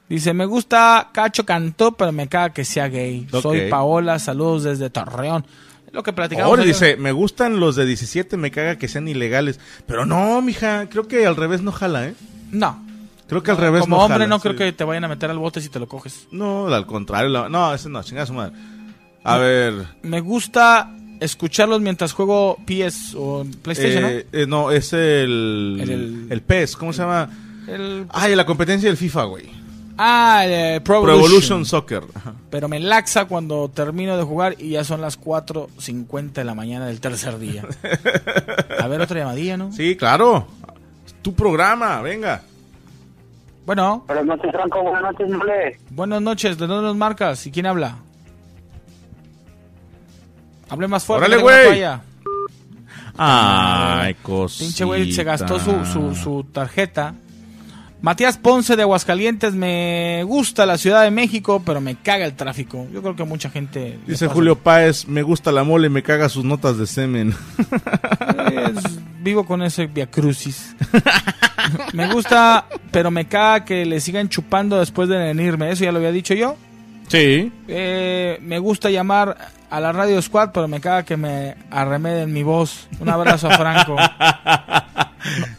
Speaker 1: Dice, me gusta Cacho Cantó, pero me caga que sea gay.
Speaker 2: Ok.
Speaker 1: Soy Paola, saludos desde Torreón. Lo que platicamos.
Speaker 2: Ahora
Speaker 1: ayer.
Speaker 2: dice, me gustan los de 17, me caga que sean ilegales. Pero no, mija, creo que al revés no jala, ¿eh?
Speaker 1: No.
Speaker 2: Creo que al revés
Speaker 1: Como
Speaker 2: no
Speaker 1: hombre
Speaker 2: jala,
Speaker 1: no
Speaker 2: sí.
Speaker 1: creo que te vayan a meter al bote si te lo coges.
Speaker 2: No, al contrario. la- No, ese no, chingada su madre. A ver...
Speaker 1: Me gusta escucharlos mientras juego PS o PlayStation,
Speaker 2: eh, eh, no, es el,
Speaker 1: El-
Speaker 2: el...
Speaker 1: el-
Speaker 2: PES, ¿cómo se llama?
Speaker 1: ¿no? El-
Speaker 2: Ay, la competencia del FIFA, güey.
Speaker 1: ah, el Pro
Speaker 2: Pro
Speaker 1: Evolution.
Speaker 2: Evolution Soccer. Ajá.
Speaker 1: Pero me laxa cuando termino de jugar y ya son las 4.50 de la mañana del tercer día. A ver, otra llamadilla, ¿no?
Speaker 2: Sí, claro. Tu programa, venga.
Speaker 1: Bueno,
Speaker 10: Buenas noches, Franco. Buenas noches, Mole.
Speaker 1: buenas noches. ¿De dónde nos marcas? ¿Y quién habla? Hable más fuerte.
Speaker 2: Órale,
Speaker 1: que tengo una
Speaker 2: güey.
Speaker 1: toalla.
Speaker 2: Ay, cosita.
Speaker 1: Pinche güey se gastó su, su, su tarjeta. Matías Ponce de Aguascalientes. Me gusta la Ciudad de México, pero me caga el tráfico. Yo creo que mucha gente... le
Speaker 2: Dice
Speaker 1: pasa.
Speaker 2: Julio Páez, me gusta la mole, me caga sus notas de semen.
Speaker 1: Es- vivo con ese Via Crucis. Me gusta, pero me caga que le sigan chupando después de venirme. Eso ya lo había dicho yo.
Speaker 11: Sí.
Speaker 1: Eh, me gusta llamar a la Radio Squad, pero me caga que me arremeden mi voz. Un abrazo a Franco.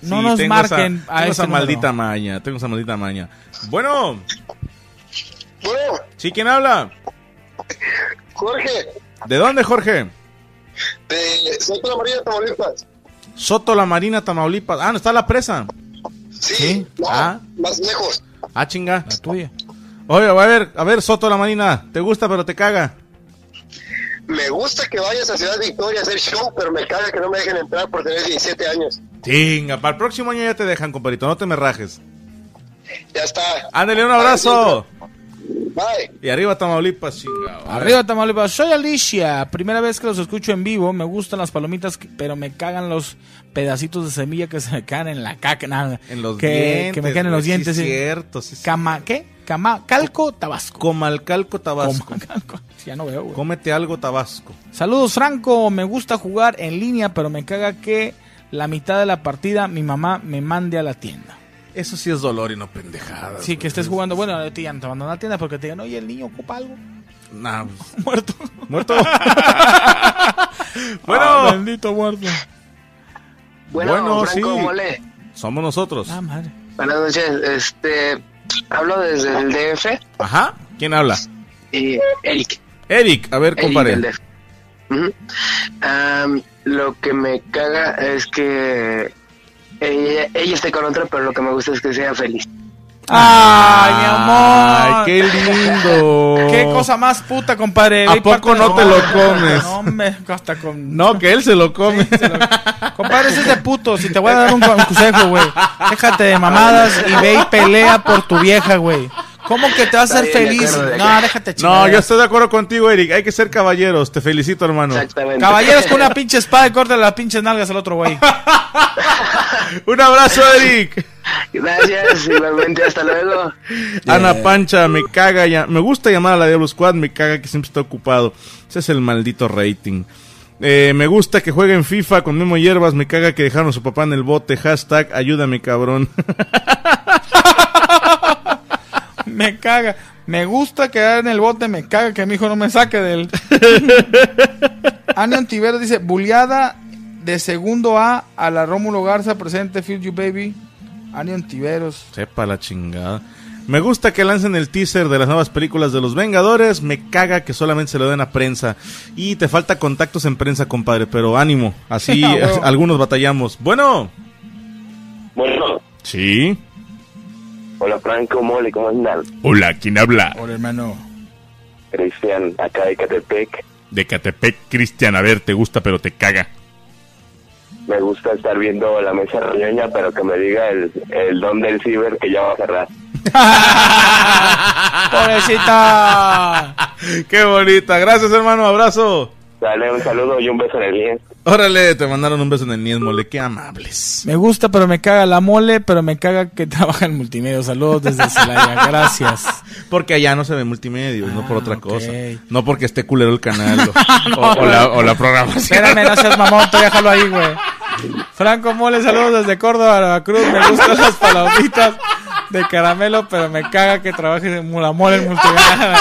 Speaker 1: No, no
Speaker 2: Sí,
Speaker 1: nos
Speaker 2: tengo
Speaker 1: marquen
Speaker 2: esa-
Speaker 1: a
Speaker 2: tengo
Speaker 1: ese
Speaker 2: esa
Speaker 1: número.
Speaker 2: maldita maña, tengo esa maldita maña. Bueno. Sí, ¿quién habla?
Speaker 3: Jorge,
Speaker 2: ¿De dónde, Jorge?
Speaker 3: de Santa María Tamaulipas.
Speaker 2: Soto La Marina, Tamaulipas. Ah, ¿no está la presa? Sí. Ah,
Speaker 3: Más lejos.
Speaker 2: ah, chinga. La tuya. Oye, a ver, a ver, Soto La Marina, te gusta pero te caga.
Speaker 3: Me gusta que vayas a Ciudad Victoria a hacer show, pero me caga que no me dejen entrar por tener 17 años.
Speaker 2: Chinga, para el próximo año ya te dejan, compadrito, no te me rajes.
Speaker 3: Ya está.
Speaker 2: Ándale, un abrazo.
Speaker 3: Bye.
Speaker 2: Y arriba Tamaulipas, chinga.
Speaker 1: Arriba Tamaulipas, soy Alicia. Primera vez que los escucho en vivo. Me gustan las palomitas, que- pero me cagan los pedacitos de semilla que se me caen en la caca. nada.
Speaker 2: En los
Speaker 1: que,
Speaker 2: dientes.
Speaker 1: que me caen en los
Speaker 2: güey, sí
Speaker 1: dientes.
Speaker 2: es
Speaker 1: sí.
Speaker 2: cierto, sí.
Speaker 1: Cama, ¿qué? Cama, calco, tabasco.
Speaker 2: Comalcalco, tabasco.
Speaker 1: Ya no veo, güey.
Speaker 2: Cómete algo, tabasco.
Speaker 1: Saludos, Franco. Me gusta jugar en línea, pero me caga que la mitad de la partida mi mamá me mande a la tienda.
Speaker 2: Eso sí es dolor y no pendejada.
Speaker 1: Sí, que estés jugando. Bueno, a ti ya no te mandan a la tienda porque te digan, oye, el niño ocupa algo.
Speaker 2: Nah, pues,
Speaker 1: Muerto.
Speaker 2: Muerto.
Speaker 1: Ah, bueno.
Speaker 2: Bueno.
Speaker 1: bendito muerto.
Speaker 10: Bueno, Franco Mole.
Speaker 2: Somos nosotros.
Speaker 1: Ah,
Speaker 10: Buenas noches, este, hablo desde el DF
Speaker 2: Ajá. ¿Quién habla?
Speaker 10: y Eric.
Speaker 2: Eric, a ver,
Speaker 10: Eric
Speaker 2: compadre.
Speaker 10: del DF. Ujú. Am, lo que me caga es que ella, ella esté con otro, pero lo que me gusta es que sea feliz.
Speaker 1: ¡Ay, mi amor!
Speaker 2: Ay, qué lindo.
Speaker 1: ¡Qué cosa más puta, compadre!
Speaker 2: ¿A
Speaker 1: Hay
Speaker 2: poco
Speaker 1: parte-
Speaker 2: no te lo comes?
Speaker 1: No, hombre, hasta con...
Speaker 2: No, que él se lo come.
Speaker 1: Compadre, ese es de puto. Si te voy a dar un con- consejo, güey. Déjate de mamadas y ve y pelea por tu vieja, güey. ¿Cómo que te vas a hacer
Speaker 2: Está bien, de
Speaker 1: feliz?
Speaker 2: acuerdo, de
Speaker 1: No,
Speaker 2: acuerdo.
Speaker 1: déjate
Speaker 2: No,
Speaker 1: chingar.
Speaker 2: yo estoy de acuerdo contigo, Eric. Hay que ser caballeros. Te felicito, hermano.
Speaker 1: Caballeros con una pinche espada y corta las pinches nalgas al otro güey.
Speaker 2: Un abrazo, Eric.
Speaker 10: Gracias, igualmente, hasta luego.
Speaker 2: Ana Pancha, me caga ya. Me gusta llamar a la Diablo Squad, me caga que siempre está ocupado. Ese es el maldito rating. Eh, me gusta que jueguen FIFA con Memo Hierbas, me caga que dejaron a su papá en el bote. Hashtag, ayúdame cabrón.
Speaker 1: Me caga. Me gusta quedar en el bote, me caga que mi hijo no me saque de él. Anion Tibero dice, bulliada de segundo A a la Rómulo Garza, presente Feel You Baby. Anion Tiberos.
Speaker 2: Sepa la chingada. Me gusta que lancen el teaser de las nuevas películas de los Vengadores, me caga que solamente se lo den a prensa. Y te falta contactos en prensa, compadre, pero ánimo. Así
Speaker 10: Ah, huevo.
Speaker 2: algunos batallamos. Bueno.
Speaker 10: Bueno,
Speaker 2: Sí.
Speaker 10: hola Franco Mole, ¿cómo andan?
Speaker 2: Hola, ¿quién habla?
Speaker 1: Hola, hermano.
Speaker 10: Cristian, acá de Catepec.
Speaker 2: De Catepec, Cristian, a ver, te gusta pero te caga.
Speaker 10: Me gusta estar viendo la mesa reñoña, pero que me diga el, el don del ciber que ya va a cerrar.
Speaker 1: Pobrecita.
Speaker 2: Qué bonita. Gracias, hermano. Abrazo.
Speaker 10: Dale un saludo y un beso en el bien.
Speaker 2: Órale, te mandaron un beso en el niés, mole. Qué amables.
Speaker 1: Me gusta, pero me caga la mole, pero me caga que trabaja en multimedia. Saludos desde Celaya. Gracias.
Speaker 2: Porque allá no se ve multimedia, no por otra cosa. No porque esté culero el canal o,
Speaker 1: Ah, No,
Speaker 2: o- o la, o la
Speaker 1: güey.
Speaker 2: programación.
Speaker 1: Espérame, no seas mamón, tú déjalo ahí, güey. Franco Mole, saludos desde Córdoba, Veracruz. Me gustan las palomitas de caramelo, pero me caga que trabajes en Mula Mole en multimedia.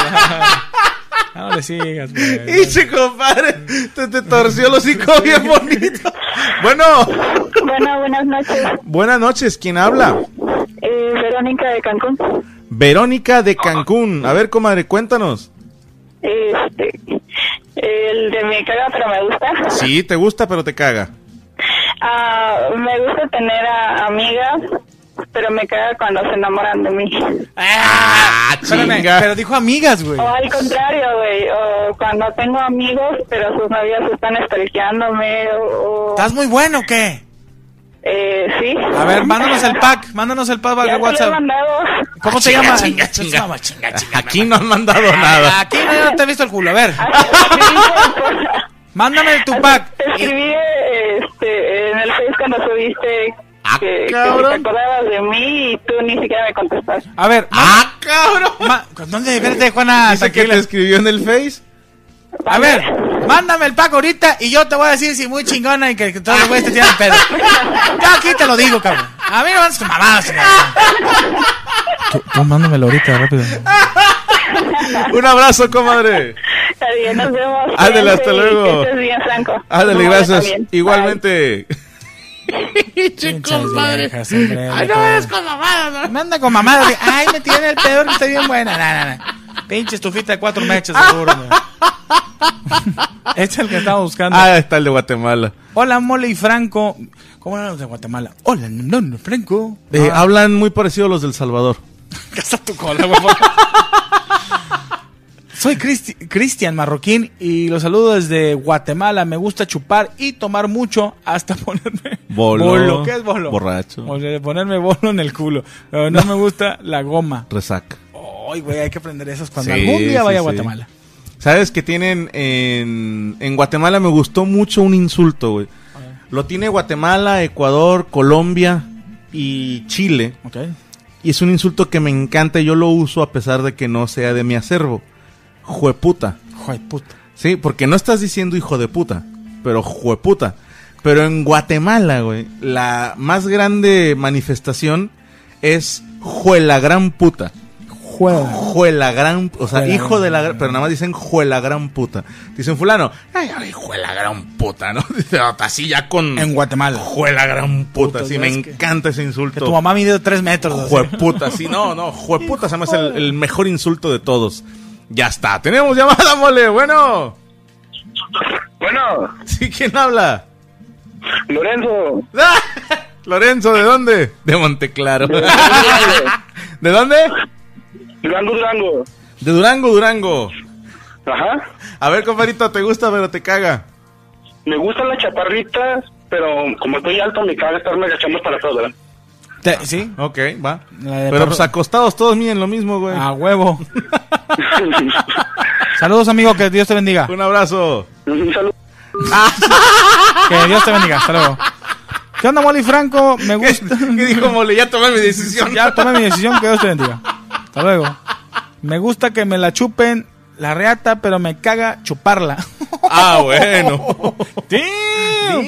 Speaker 1: No le sigas, güey.
Speaker 2: Y che, compadre, te, te torció los hocico bien bonito. Bueno.
Speaker 12: Bueno, buenas noches.
Speaker 2: Buenas noches, ¿quién habla?
Speaker 12: Eh, Verónica de Cancún.
Speaker 2: Verónica de Cancún. A ver, comadre, cuéntanos.
Speaker 12: Este, el de me caga, pero me gusta.
Speaker 2: Sí, te gusta, pero te caga.
Speaker 12: Ah, me gusta tener a amigas, pero me caga cuando se enamoran de mí.
Speaker 1: Espérame, pero dijo amigas, güey.
Speaker 12: O al contrario, güey. O cuando tengo amigos, pero sus novias están estalqueándome. O, o-
Speaker 1: ¿Estás muy bueno o qué?
Speaker 12: eh, sí.
Speaker 1: A ver, mándanos el pack, mándanos el pack
Speaker 12: Ya
Speaker 1: al
Speaker 12: te lo he
Speaker 1: WhatsApp.
Speaker 12: mandado.
Speaker 1: ¿Cómo te
Speaker 12: Chinga,
Speaker 1: llamas?
Speaker 12: chinga,
Speaker 1: chinga,
Speaker 2: Aquí no han mandado nada.
Speaker 1: Aquí no te he visto el culo, a ver. Mándame tu pack.
Speaker 12: Te escribí este, en el Face cuando subiste que, que te
Speaker 1: Ah, cabrón.
Speaker 12: acordabas de mí y tú ni siquiera me contestaste.
Speaker 1: A ver. ¡Ah, cabrón! ¿Dónde? Espérate, Juana.
Speaker 2: Dice que te escribió en el Face.
Speaker 1: A ver, mándame el pack ahorita y yo te voy a decir si muy chingona y que, que todos los güeyes te tiran el pedo. Yo aquí te lo digo, cabrón. A mí no me mamadas, Tú mándamelo ahorita, rápido.
Speaker 2: Un abrazo, comadre.
Speaker 12: Está bien, nos vemos.
Speaker 2: Ándale, hasta
Speaker 12: Cuídense y
Speaker 2: luego.
Speaker 12: Que estés bien, Franco.
Speaker 2: Ándale,
Speaker 12: Nos vemos
Speaker 2: gracias.
Speaker 12: también.
Speaker 2: Igualmente.
Speaker 1: compadre.
Speaker 2: Ay,
Speaker 1: no
Speaker 2: es
Speaker 1: con mamadas. Me anda con mamadas. de, Ay, me tiene el peor que está bien buena. Nah, nah, nah. Pinche estufita de cuatro mechas, seguro. ¿no? Este es el que estaba buscando.
Speaker 2: Ah, está el de Guatemala.
Speaker 1: Hola, Mole y Franco. ¿Cómo eran los de Guatemala? Hola, no, no, Franco. Ah.
Speaker 2: Eh, Hablan muy parecido a los del Salvador.
Speaker 1: Casa tu cola, huevo. Soy Cristi- Cristian Marroquín y los saludo desde Guatemala. Me gusta chupar y tomar mucho hasta ponerme
Speaker 2: Bolo.
Speaker 1: bolo. ¿Qué es bolo?
Speaker 2: Borracho.
Speaker 1: O sea, ponerme bolo en el culo. Pero no, me gusta la goma.
Speaker 2: Resaca.
Speaker 1: Ay, güey, hay que aprender esas cuando
Speaker 2: Sí,
Speaker 1: algún día
Speaker 2: sí,
Speaker 1: vaya a
Speaker 2: sí.
Speaker 1: Guatemala.
Speaker 2: ¿Sabes que tienen en, en Guatemala? Me gustó mucho un insulto, güey. Lo tiene Guatemala, Ecuador, Colombia y Chile.
Speaker 1: Ok.
Speaker 2: Y es un insulto que me encanta y yo lo uso a pesar de que no sea de mi acervo. Jueputa.
Speaker 1: Jueputa.
Speaker 2: Sí, porque no estás diciendo hijo de puta, pero jueputa. Pero en Guatemala, güey, la más grande manifestación es juela gran puta.
Speaker 1: Juega.
Speaker 2: Juela gran, o sea,
Speaker 1: Juela
Speaker 2: hijo de la, gran- pero nada más dicen juela gran puta. Dicen fulano, ay, ay, juela gran puta, ¿no? Dice, "Ah, así ya con
Speaker 1: En Guatemala.
Speaker 2: juela gran puta,
Speaker 1: Puta,
Speaker 2: sí,
Speaker 1: ya
Speaker 2: me
Speaker 1: es que-
Speaker 2: encanta ese
Speaker 1: Que
Speaker 2: insulto.
Speaker 1: tu mamá mide tres metros. así.
Speaker 2: Jueputa, sí, no, no, jueputa se me hace el, el mejor insulto de todos. Ya está, tenemos llamada, mole, bueno.
Speaker 11: Bueno.
Speaker 2: Sí, ¿quién habla?
Speaker 11: Lorenzo.
Speaker 2: Lorenzo, ¿de dónde? De Monteclaro. ¿De dónde?
Speaker 11: Durango, Durango.
Speaker 2: De Durango, Durango.
Speaker 11: Ajá.
Speaker 2: A ver, compadrito, te gusta, pero te caga.
Speaker 11: Me gustan las chaparritas, pero como estoy alto, me caga estarme agachando para todo, ¿verdad?
Speaker 1: ¿Sí?
Speaker 2: Ok, va.
Speaker 1: de Ah,
Speaker 2: Pero
Speaker 1: perro-
Speaker 2: pues acostados todos miden lo mismo, güey.
Speaker 1: A huevo. Saludos, amigo, que Dios te bendiga.
Speaker 2: Un abrazo.
Speaker 11: Un saludo.
Speaker 1: Que Dios te bendiga, hasta luego. ¿Qué onda, Molly Franco? Me gusta.
Speaker 2: ¿Qué dijo Mole? Ya tomé mi decisión.
Speaker 1: Ya tomé mi decisión, que Dios te bendiga. Hasta luego. Me gusta que me la chupen la reata, pero me caga chuparla.
Speaker 2: Ah, bueno.
Speaker 1: Damn.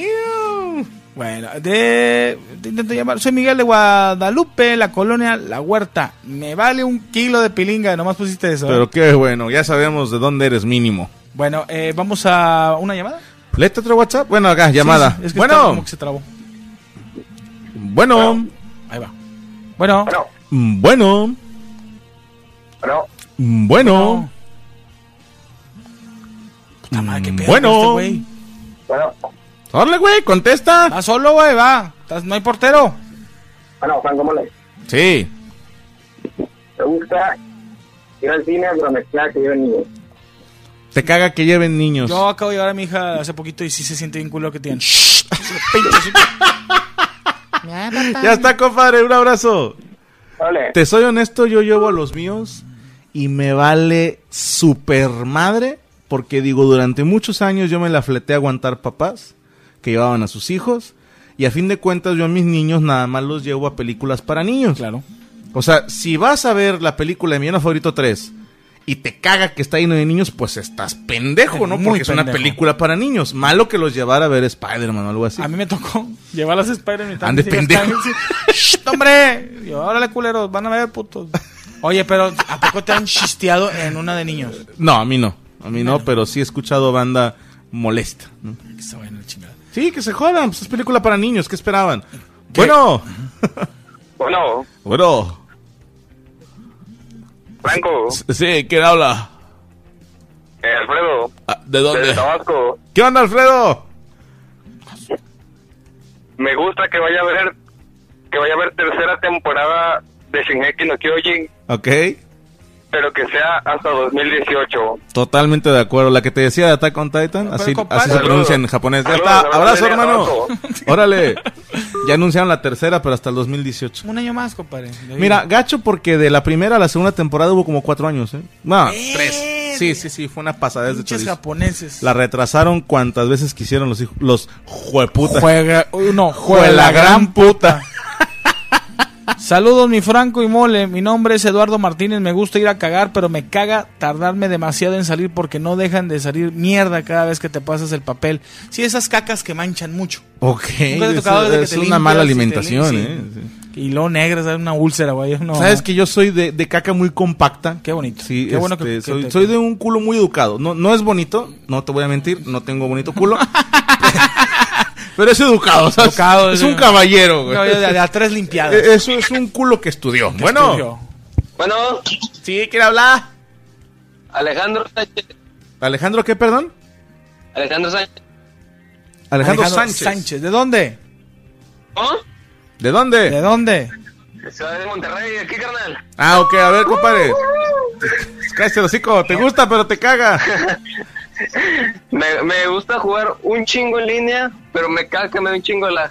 Speaker 1: Bueno, de, te intento llamar. Soy Miguel de Guadalupe, la colonia La Huerta. Me vale un kilo de pilinga, nomás pusiste eso. ¿eh?
Speaker 2: Pero qué bueno, ya sabemos de dónde eres mínimo.
Speaker 1: Bueno, eh, vamos a una llamada.
Speaker 2: ¿Lete otro WhatsApp? Bueno, acá, llamada.
Speaker 1: Sí, sí, es que está como
Speaker 2: bueno,
Speaker 1: que se trabó.
Speaker 2: bueno,
Speaker 1: Ahí va. Bueno,
Speaker 2: mm, bueno,
Speaker 11: Bueno.
Speaker 2: mm, bueno.
Speaker 1: pedo con este
Speaker 2: Bueno,
Speaker 1: güey?
Speaker 11: Bueno,
Speaker 2: Órale, güey, contesta.
Speaker 1: va solo, güey, va. Estás- No hay portero.
Speaker 11: bueno, Franco Mole.
Speaker 2: Sí.
Speaker 11: Me gusta ir al cine, pero me caga que lleven niños.
Speaker 2: Te caga que lleven niños.
Speaker 1: Yo acabo de llevar a mi hija hace poquito y sí se siente bien culo que tiene. Pinche, sí.
Speaker 2: Ya está, compadre, un abrazo.
Speaker 11: Vale.
Speaker 2: Te soy honesto, yo llevo a los míos y me vale super madre porque digo, durante muchos años yo me la fleté a aguantar papás que llevaban a sus hijos y a fin de cuentas yo a mis niños nada más los llevo a películas para niños.
Speaker 1: Claro.
Speaker 2: O sea, si vas a ver la película de mi Villano favorito 3 y te caga que está lleno de niños, pues estás pendejo, ¿no?
Speaker 1: Muy
Speaker 2: Porque es una
Speaker 1: pendejo.
Speaker 2: película para niños. Malo que los llevara a ver Spider-Man o algo así.
Speaker 1: A mí me tocó llevar las spider man
Speaker 2: Ande pendejo.
Speaker 1: hombre! Y yo, órale, culeros, van a ver, putos. Oye, pero ¿a poco te han chisteado en una de niños?
Speaker 2: No, a mí no. A mí no, pero sí he escuchado banda molesta. ¿no?
Speaker 1: Que se vayan a la chingada.
Speaker 2: Sí, que se jodan. Pues es película para niños. ¿Qué esperaban? Bueno,
Speaker 11: Bueno,
Speaker 2: bueno.
Speaker 11: Franco,
Speaker 2: Sí, ¿quién habla?
Speaker 11: eh, Alfredo.
Speaker 2: Ah, ¿De
Speaker 11: De
Speaker 2: dónde?
Speaker 11: Tabasco.
Speaker 2: ¿Qué onda, Alfredo?
Speaker 11: Me gusta que vaya a ver que vaya a ver tercera temporada de Shingeki no Kyojin,
Speaker 2: Ok,
Speaker 11: pero que sea hasta 2018.
Speaker 2: totalmente de acuerdo. La que te decía de Attack on Titan, así,
Speaker 1: compadre.
Speaker 2: así se pronuncia en japonés. Ya está,
Speaker 11: Saludos,
Speaker 2: abrazo, hermano.
Speaker 11: abrazo,
Speaker 2: Órale. Ya anunciaron la tercera, pero hasta el 2018.
Speaker 1: Un año más, compadre. Le
Speaker 2: Mira,
Speaker 1: digo.
Speaker 2: gacho, porque de la primera a la segunda temporada hubo como cuatro años, ¿eh? No,
Speaker 1: Verga.
Speaker 2: tres. Sí, sí, sí, fue una pasada de
Speaker 1: pinches
Speaker 2: chorizo.
Speaker 1: japoneses.
Speaker 2: La retrasaron cuantas veces quisieron los hijos, los jueputas.
Speaker 1: Juega, uy, no,
Speaker 2: Juega
Speaker 1: juega la gran
Speaker 2: puta.
Speaker 1: Saludos, mi Franco y Mole. Mi nombre es Eduardo Martínez. Me gusta ir a cagar, pero me caga tardarme demasiado en salir porque no dejan de salir mierda cada vez que te pasas el papel. Sí, esas cacas que manchan mucho.
Speaker 2: Ok,
Speaker 1: Nunca te ha tocado
Speaker 2: eso-
Speaker 1: desde que
Speaker 2: es
Speaker 1: te
Speaker 2: una
Speaker 1: limpias
Speaker 2: mala
Speaker 1: y te lim-
Speaker 2: alimentación,
Speaker 1: sí.
Speaker 2: ¿eh?
Speaker 1: Y luego negra, ¿sabes? Una úlcera, güey. No,
Speaker 2: Sabes que yo soy de, de caca muy compacta.
Speaker 1: Qué bonito.
Speaker 2: Sí,
Speaker 1: Qué bueno
Speaker 2: este,
Speaker 1: que- que
Speaker 2: soy,
Speaker 1: te-
Speaker 2: soy de un culo muy educado. No, no es bonito, no te voy a mentir, no tengo bonito culo. Pero es educado, ¿sabes?
Speaker 1: Educado,
Speaker 2: es
Speaker 1: sí.
Speaker 2: un caballero, güey.
Speaker 1: No, de- de a tres limpiadas.
Speaker 2: Eh, Eso es un culo que estudió. bueno.
Speaker 1: estudió.
Speaker 3: Bueno.
Speaker 2: Sí, ¿quiere hablar?
Speaker 3: Alejandro Sánchez.
Speaker 2: Alejandro, ¿qué, perdón?
Speaker 3: Alejandro Sánchez.
Speaker 2: Alejandro,
Speaker 1: Alejandro
Speaker 2: Sánchez.
Speaker 1: Sánchez. ¿De dónde?
Speaker 2: ¿De dónde?
Speaker 1: ¿De dónde?
Speaker 3: Ciudad de Monterrey, aquí, carnal.
Speaker 2: Ah, ok, a ver, compadre. Cállate el hocico, te gusta, pero te caga.
Speaker 3: Me, me gusta jugar un chingo en línea, pero me caga que me dé un chingo la...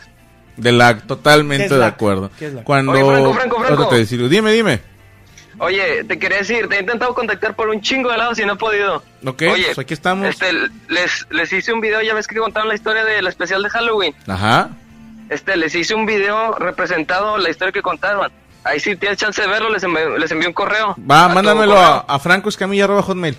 Speaker 2: De la, totalmente
Speaker 3: ¿Qué es
Speaker 2: de
Speaker 3: la-
Speaker 2: acuerdo.
Speaker 3: qué es la-
Speaker 2: Cuando.
Speaker 3: Oye, Franco, Franco, Franco.
Speaker 2: Ahorita te decirlo. Dime, dime.
Speaker 3: Oye, te quería decir, te he intentado contactar por un chingo de lados y no he podido.
Speaker 2: Ok,
Speaker 3: Oye,
Speaker 2: pues aquí estamos.
Speaker 3: Este, les, les hice un video, ya ves que contaron la historia del especial de Halloween.
Speaker 2: Ajá.
Speaker 3: Este, les hice un video representado la historia que contaron. Ahí sí tienes chance de verlo, les, envi- les envié un correo.
Speaker 2: Va,
Speaker 3: A tu
Speaker 2: mándamelo
Speaker 3: correo.
Speaker 2: a, a francoscamilla.hotmail.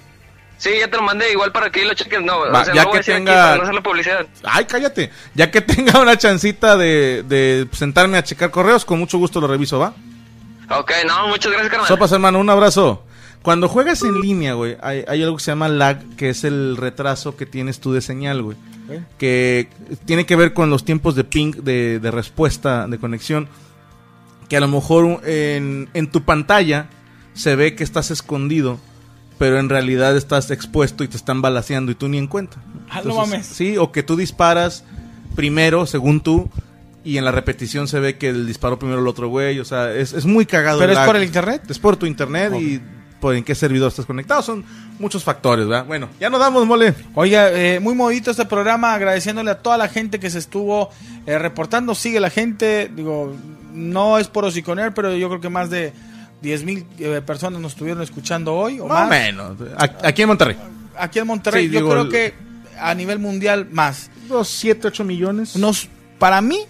Speaker 3: Sí, ya te lo mandé, igual para que ahí lo chequen. No,
Speaker 2: Va,
Speaker 3: o sea,
Speaker 2: ya que
Speaker 3: no voy a decir
Speaker 2: tenga-
Speaker 3: aquí para no hacer la publicidad.
Speaker 2: Ay, cállate. Ya que tenga una chancita de, de sentarme a checar correos, con mucho gusto lo reviso, ¿va?
Speaker 3: Ok, no, muchas gracias, carnal.
Speaker 2: Sopas, hermano, un abrazo. Cuando juegas en línea, güey, hay, hay algo que se llama lag, que es el retraso que tienes tú de señal, güey. Que tiene que ver con los tiempos de ping, de, de respuesta, de conexión. Que a lo mejor en, en tu pantalla se ve que estás escondido, pero en realidad estás expuesto y te están balaseando y tú ni en cuenta.
Speaker 1: Ah, no mames.
Speaker 2: Sí, o que tú disparas primero, según tú, y en la repetición se ve que el disparó primero el otro güey. O sea, es, es muy cagado.
Speaker 1: ¿Pero es
Speaker 2: lag.
Speaker 1: por el internet?
Speaker 2: Es por tu internet y por en qué servidor estás conectado. Son muchos factores, ¿verdad? Bueno, ya nos damos, mole.
Speaker 1: Oiga, eh, muy movidito este programa, agradeciéndole a toda la gente que se estuvo eh, reportando. Sigue la gente, digo, no es por hociconear, pero yo creo que más de 10 mil eh, personas nos estuvieron escuchando hoy. O
Speaker 2: Más o
Speaker 1: más.
Speaker 2: menos. A- Aquí en Monterrey.
Speaker 1: Aquí en Monterrey,
Speaker 2: Sí,
Speaker 1: yo
Speaker 2: digo,
Speaker 1: creo
Speaker 2: el-
Speaker 1: que a nivel mundial más.
Speaker 2: Unos 7, 8 millones.
Speaker 1: Nos, para mí,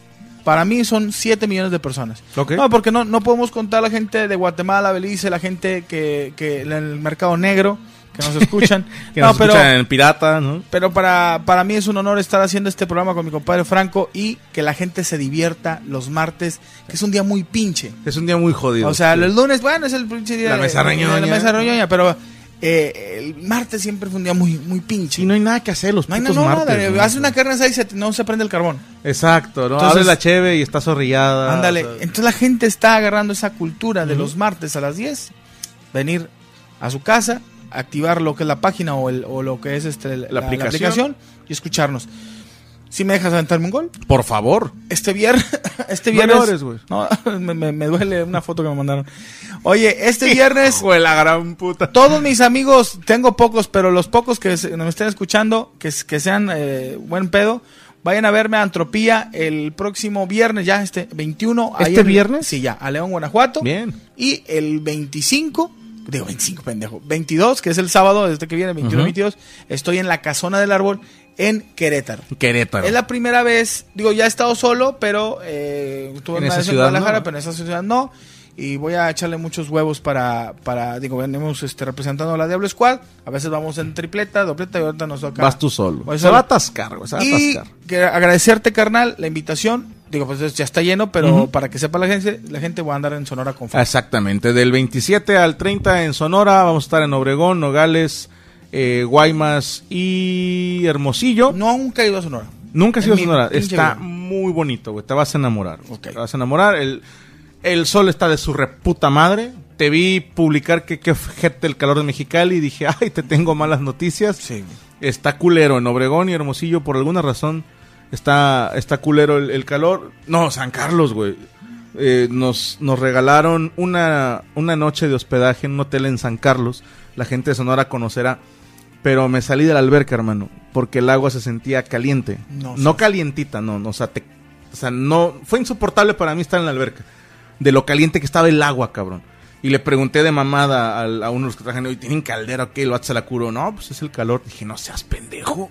Speaker 1: para mí son 7 millones de personas.
Speaker 2: Ok.
Speaker 1: No, porque no, no podemos contar la gente de Guatemala, Belice, la gente que, que en el mercado negro, que nos escuchan.
Speaker 2: Que
Speaker 1: No,
Speaker 2: nos escuchan en pirata, ¿no?
Speaker 1: Pero para, para mí es un honor estar haciendo este programa con mi compadre Franco y que la gente se divierta los martes, que es un día muy pinche.
Speaker 2: Es un día muy jodido.
Speaker 1: O sea,
Speaker 2: Sí.
Speaker 1: los lunes, bueno, es el pinche día
Speaker 2: La
Speaker 1: de-
Speaker 2: mesa
Speaker 1: de La
Speaker 2: reñoña.
Speaker 1: mesa reñoña, pero eh, el martes siempre fue un día muy, muy pinche. Y
Speaker 2: no hay nada que hacer los
Speaker 1: no hay
Speaker 2: putos
Speaker 1: no,
Speaker 2: martes,
Speaker 1: nada,
Speaker 2: ¿no?
Speaker 1: Hace una carne asada y se- no se prende el carbón.
Speaker 2: Exacto, ¿no?
Speaker 1: Entonces-
Speaker 2: Abre la cheve y está zorrillada.
Speaker 1: Ándale.
Speaker 2: o sea,
Speaker 1: Entonces la gente está agarrando esa cultura de
Speaker 2: Ujú.
Speaker 1: los martes a las 10, venir a su casa, activar lo que es la página o, el- o lo que es este, la,
Speaker 2: aplicación.
Speaker 1: y escucharnos. Si me dejas aventarme un gol,
Speaker 2: por favor.
Speaker 1: este viernes, este
Speaker 2: No
Speaker 1: viernes,
Speaker 2: llores, güey.
Speaker 1: no, me, me- me duele una foto que me mandaron. Oye, este viernes,
Speaker 2: Hijo de la gran puta.
Speaker 1: todos mis amigos, tengo pocos, pero los pocos que se- me estén escuchando, que, s- que sean eh, buen pedo, vayan a verme a Antropía el próximo viernes, ya este 21. ahí
Speaker 2: ¿Este
Speaker 1: en-
Speaker 2: viernes?
Speaker 1: Sí, ya, a León, Guanajuato.
Speaker 2: Bien.
Speaker 1: Y el 25, digo 25, pendejo, 22, que es el sábado, desde que viene, 21,
Speaker 2: Ujú.
Speaker 1: 22, estoy en la Casona del Árbol en Querétaro.
Speaker 2: Querétaro.
Speaker 1: Es la primera vez, digo, ya he estado solo, pero eh, tuve
Speaker 2: En
Speaker 1: una
Speaker 2: esa
Speaker 1: vez en
Speaker 2: ciudad no,
Speaker 1: Guadalajara,
Speaker 2: ¿no?
Speaker 1: pero en esa ciudad no. Y voy a echarle muchos huevos para, para digo, venimos este, representando a la Diablo Squad. A veces vamos en tripleta, dobleta y ahorita nos toca.
Speaker 2: Vas tú solo.
Speaker 1: Voy
Speaker 2: se va a atascar, güey. Se va a
Speaker 1: y
Speaker 2: atascar.
Speaker 1: que agradecerte, carnal, la invitación. Digo, pues ya está lleno, pero
Speaker 2: Ujú.
Speaker 1: para que sepa la gente, la gente va a andar en Sonora con Franco.
Speaker 2: Exactamente, del 27 al 30 en Sonora, vamos a estar en Obregón, Nogales, eh, Guaymas y Hermosillo.
Speaker 1: Nunca he ido a Sonora.
Speaker 2: Nunca has
Speaker 1: En
Speaker 2: ido a
Speaker 1: mi
Speaker 2: Sonora,
Speaker 1: pinche
Speaker 2: está
Speaker 1: vida.
Speaker 2: muy bonito, güey, te vas a enamorar. Te vas a enamorar, el, el sol está de su reputa madre. Te vi publicar que qué ojete el calor de Mexicali y dije, ay, te tengo malas noticias. Está culero en Obregón y Hermosillo, por alguna razón está, está culero el, el calor. No, San Carlos, güey. Eh, nos, nos regalaron una, una noche de hospedaje en un hotel en San Carlos. La gente de Sonora conocerá. Pero me salí de la alberca, hermano, porque el agua se sentía caliente.
Speaker 1: No,
Speaker 2: No, calientita, no, no, o sea, te- o sea, no, fue insoportable para mí estar en la alberca. De lo caliente que estaba el agua, cabrón. Y le pregunté de mamada al- a, uno de los que trajeron, hoy tienen caldera, ¿qué? Lo hace la curo. No, pues es el calor. Dije, no seas pendejo.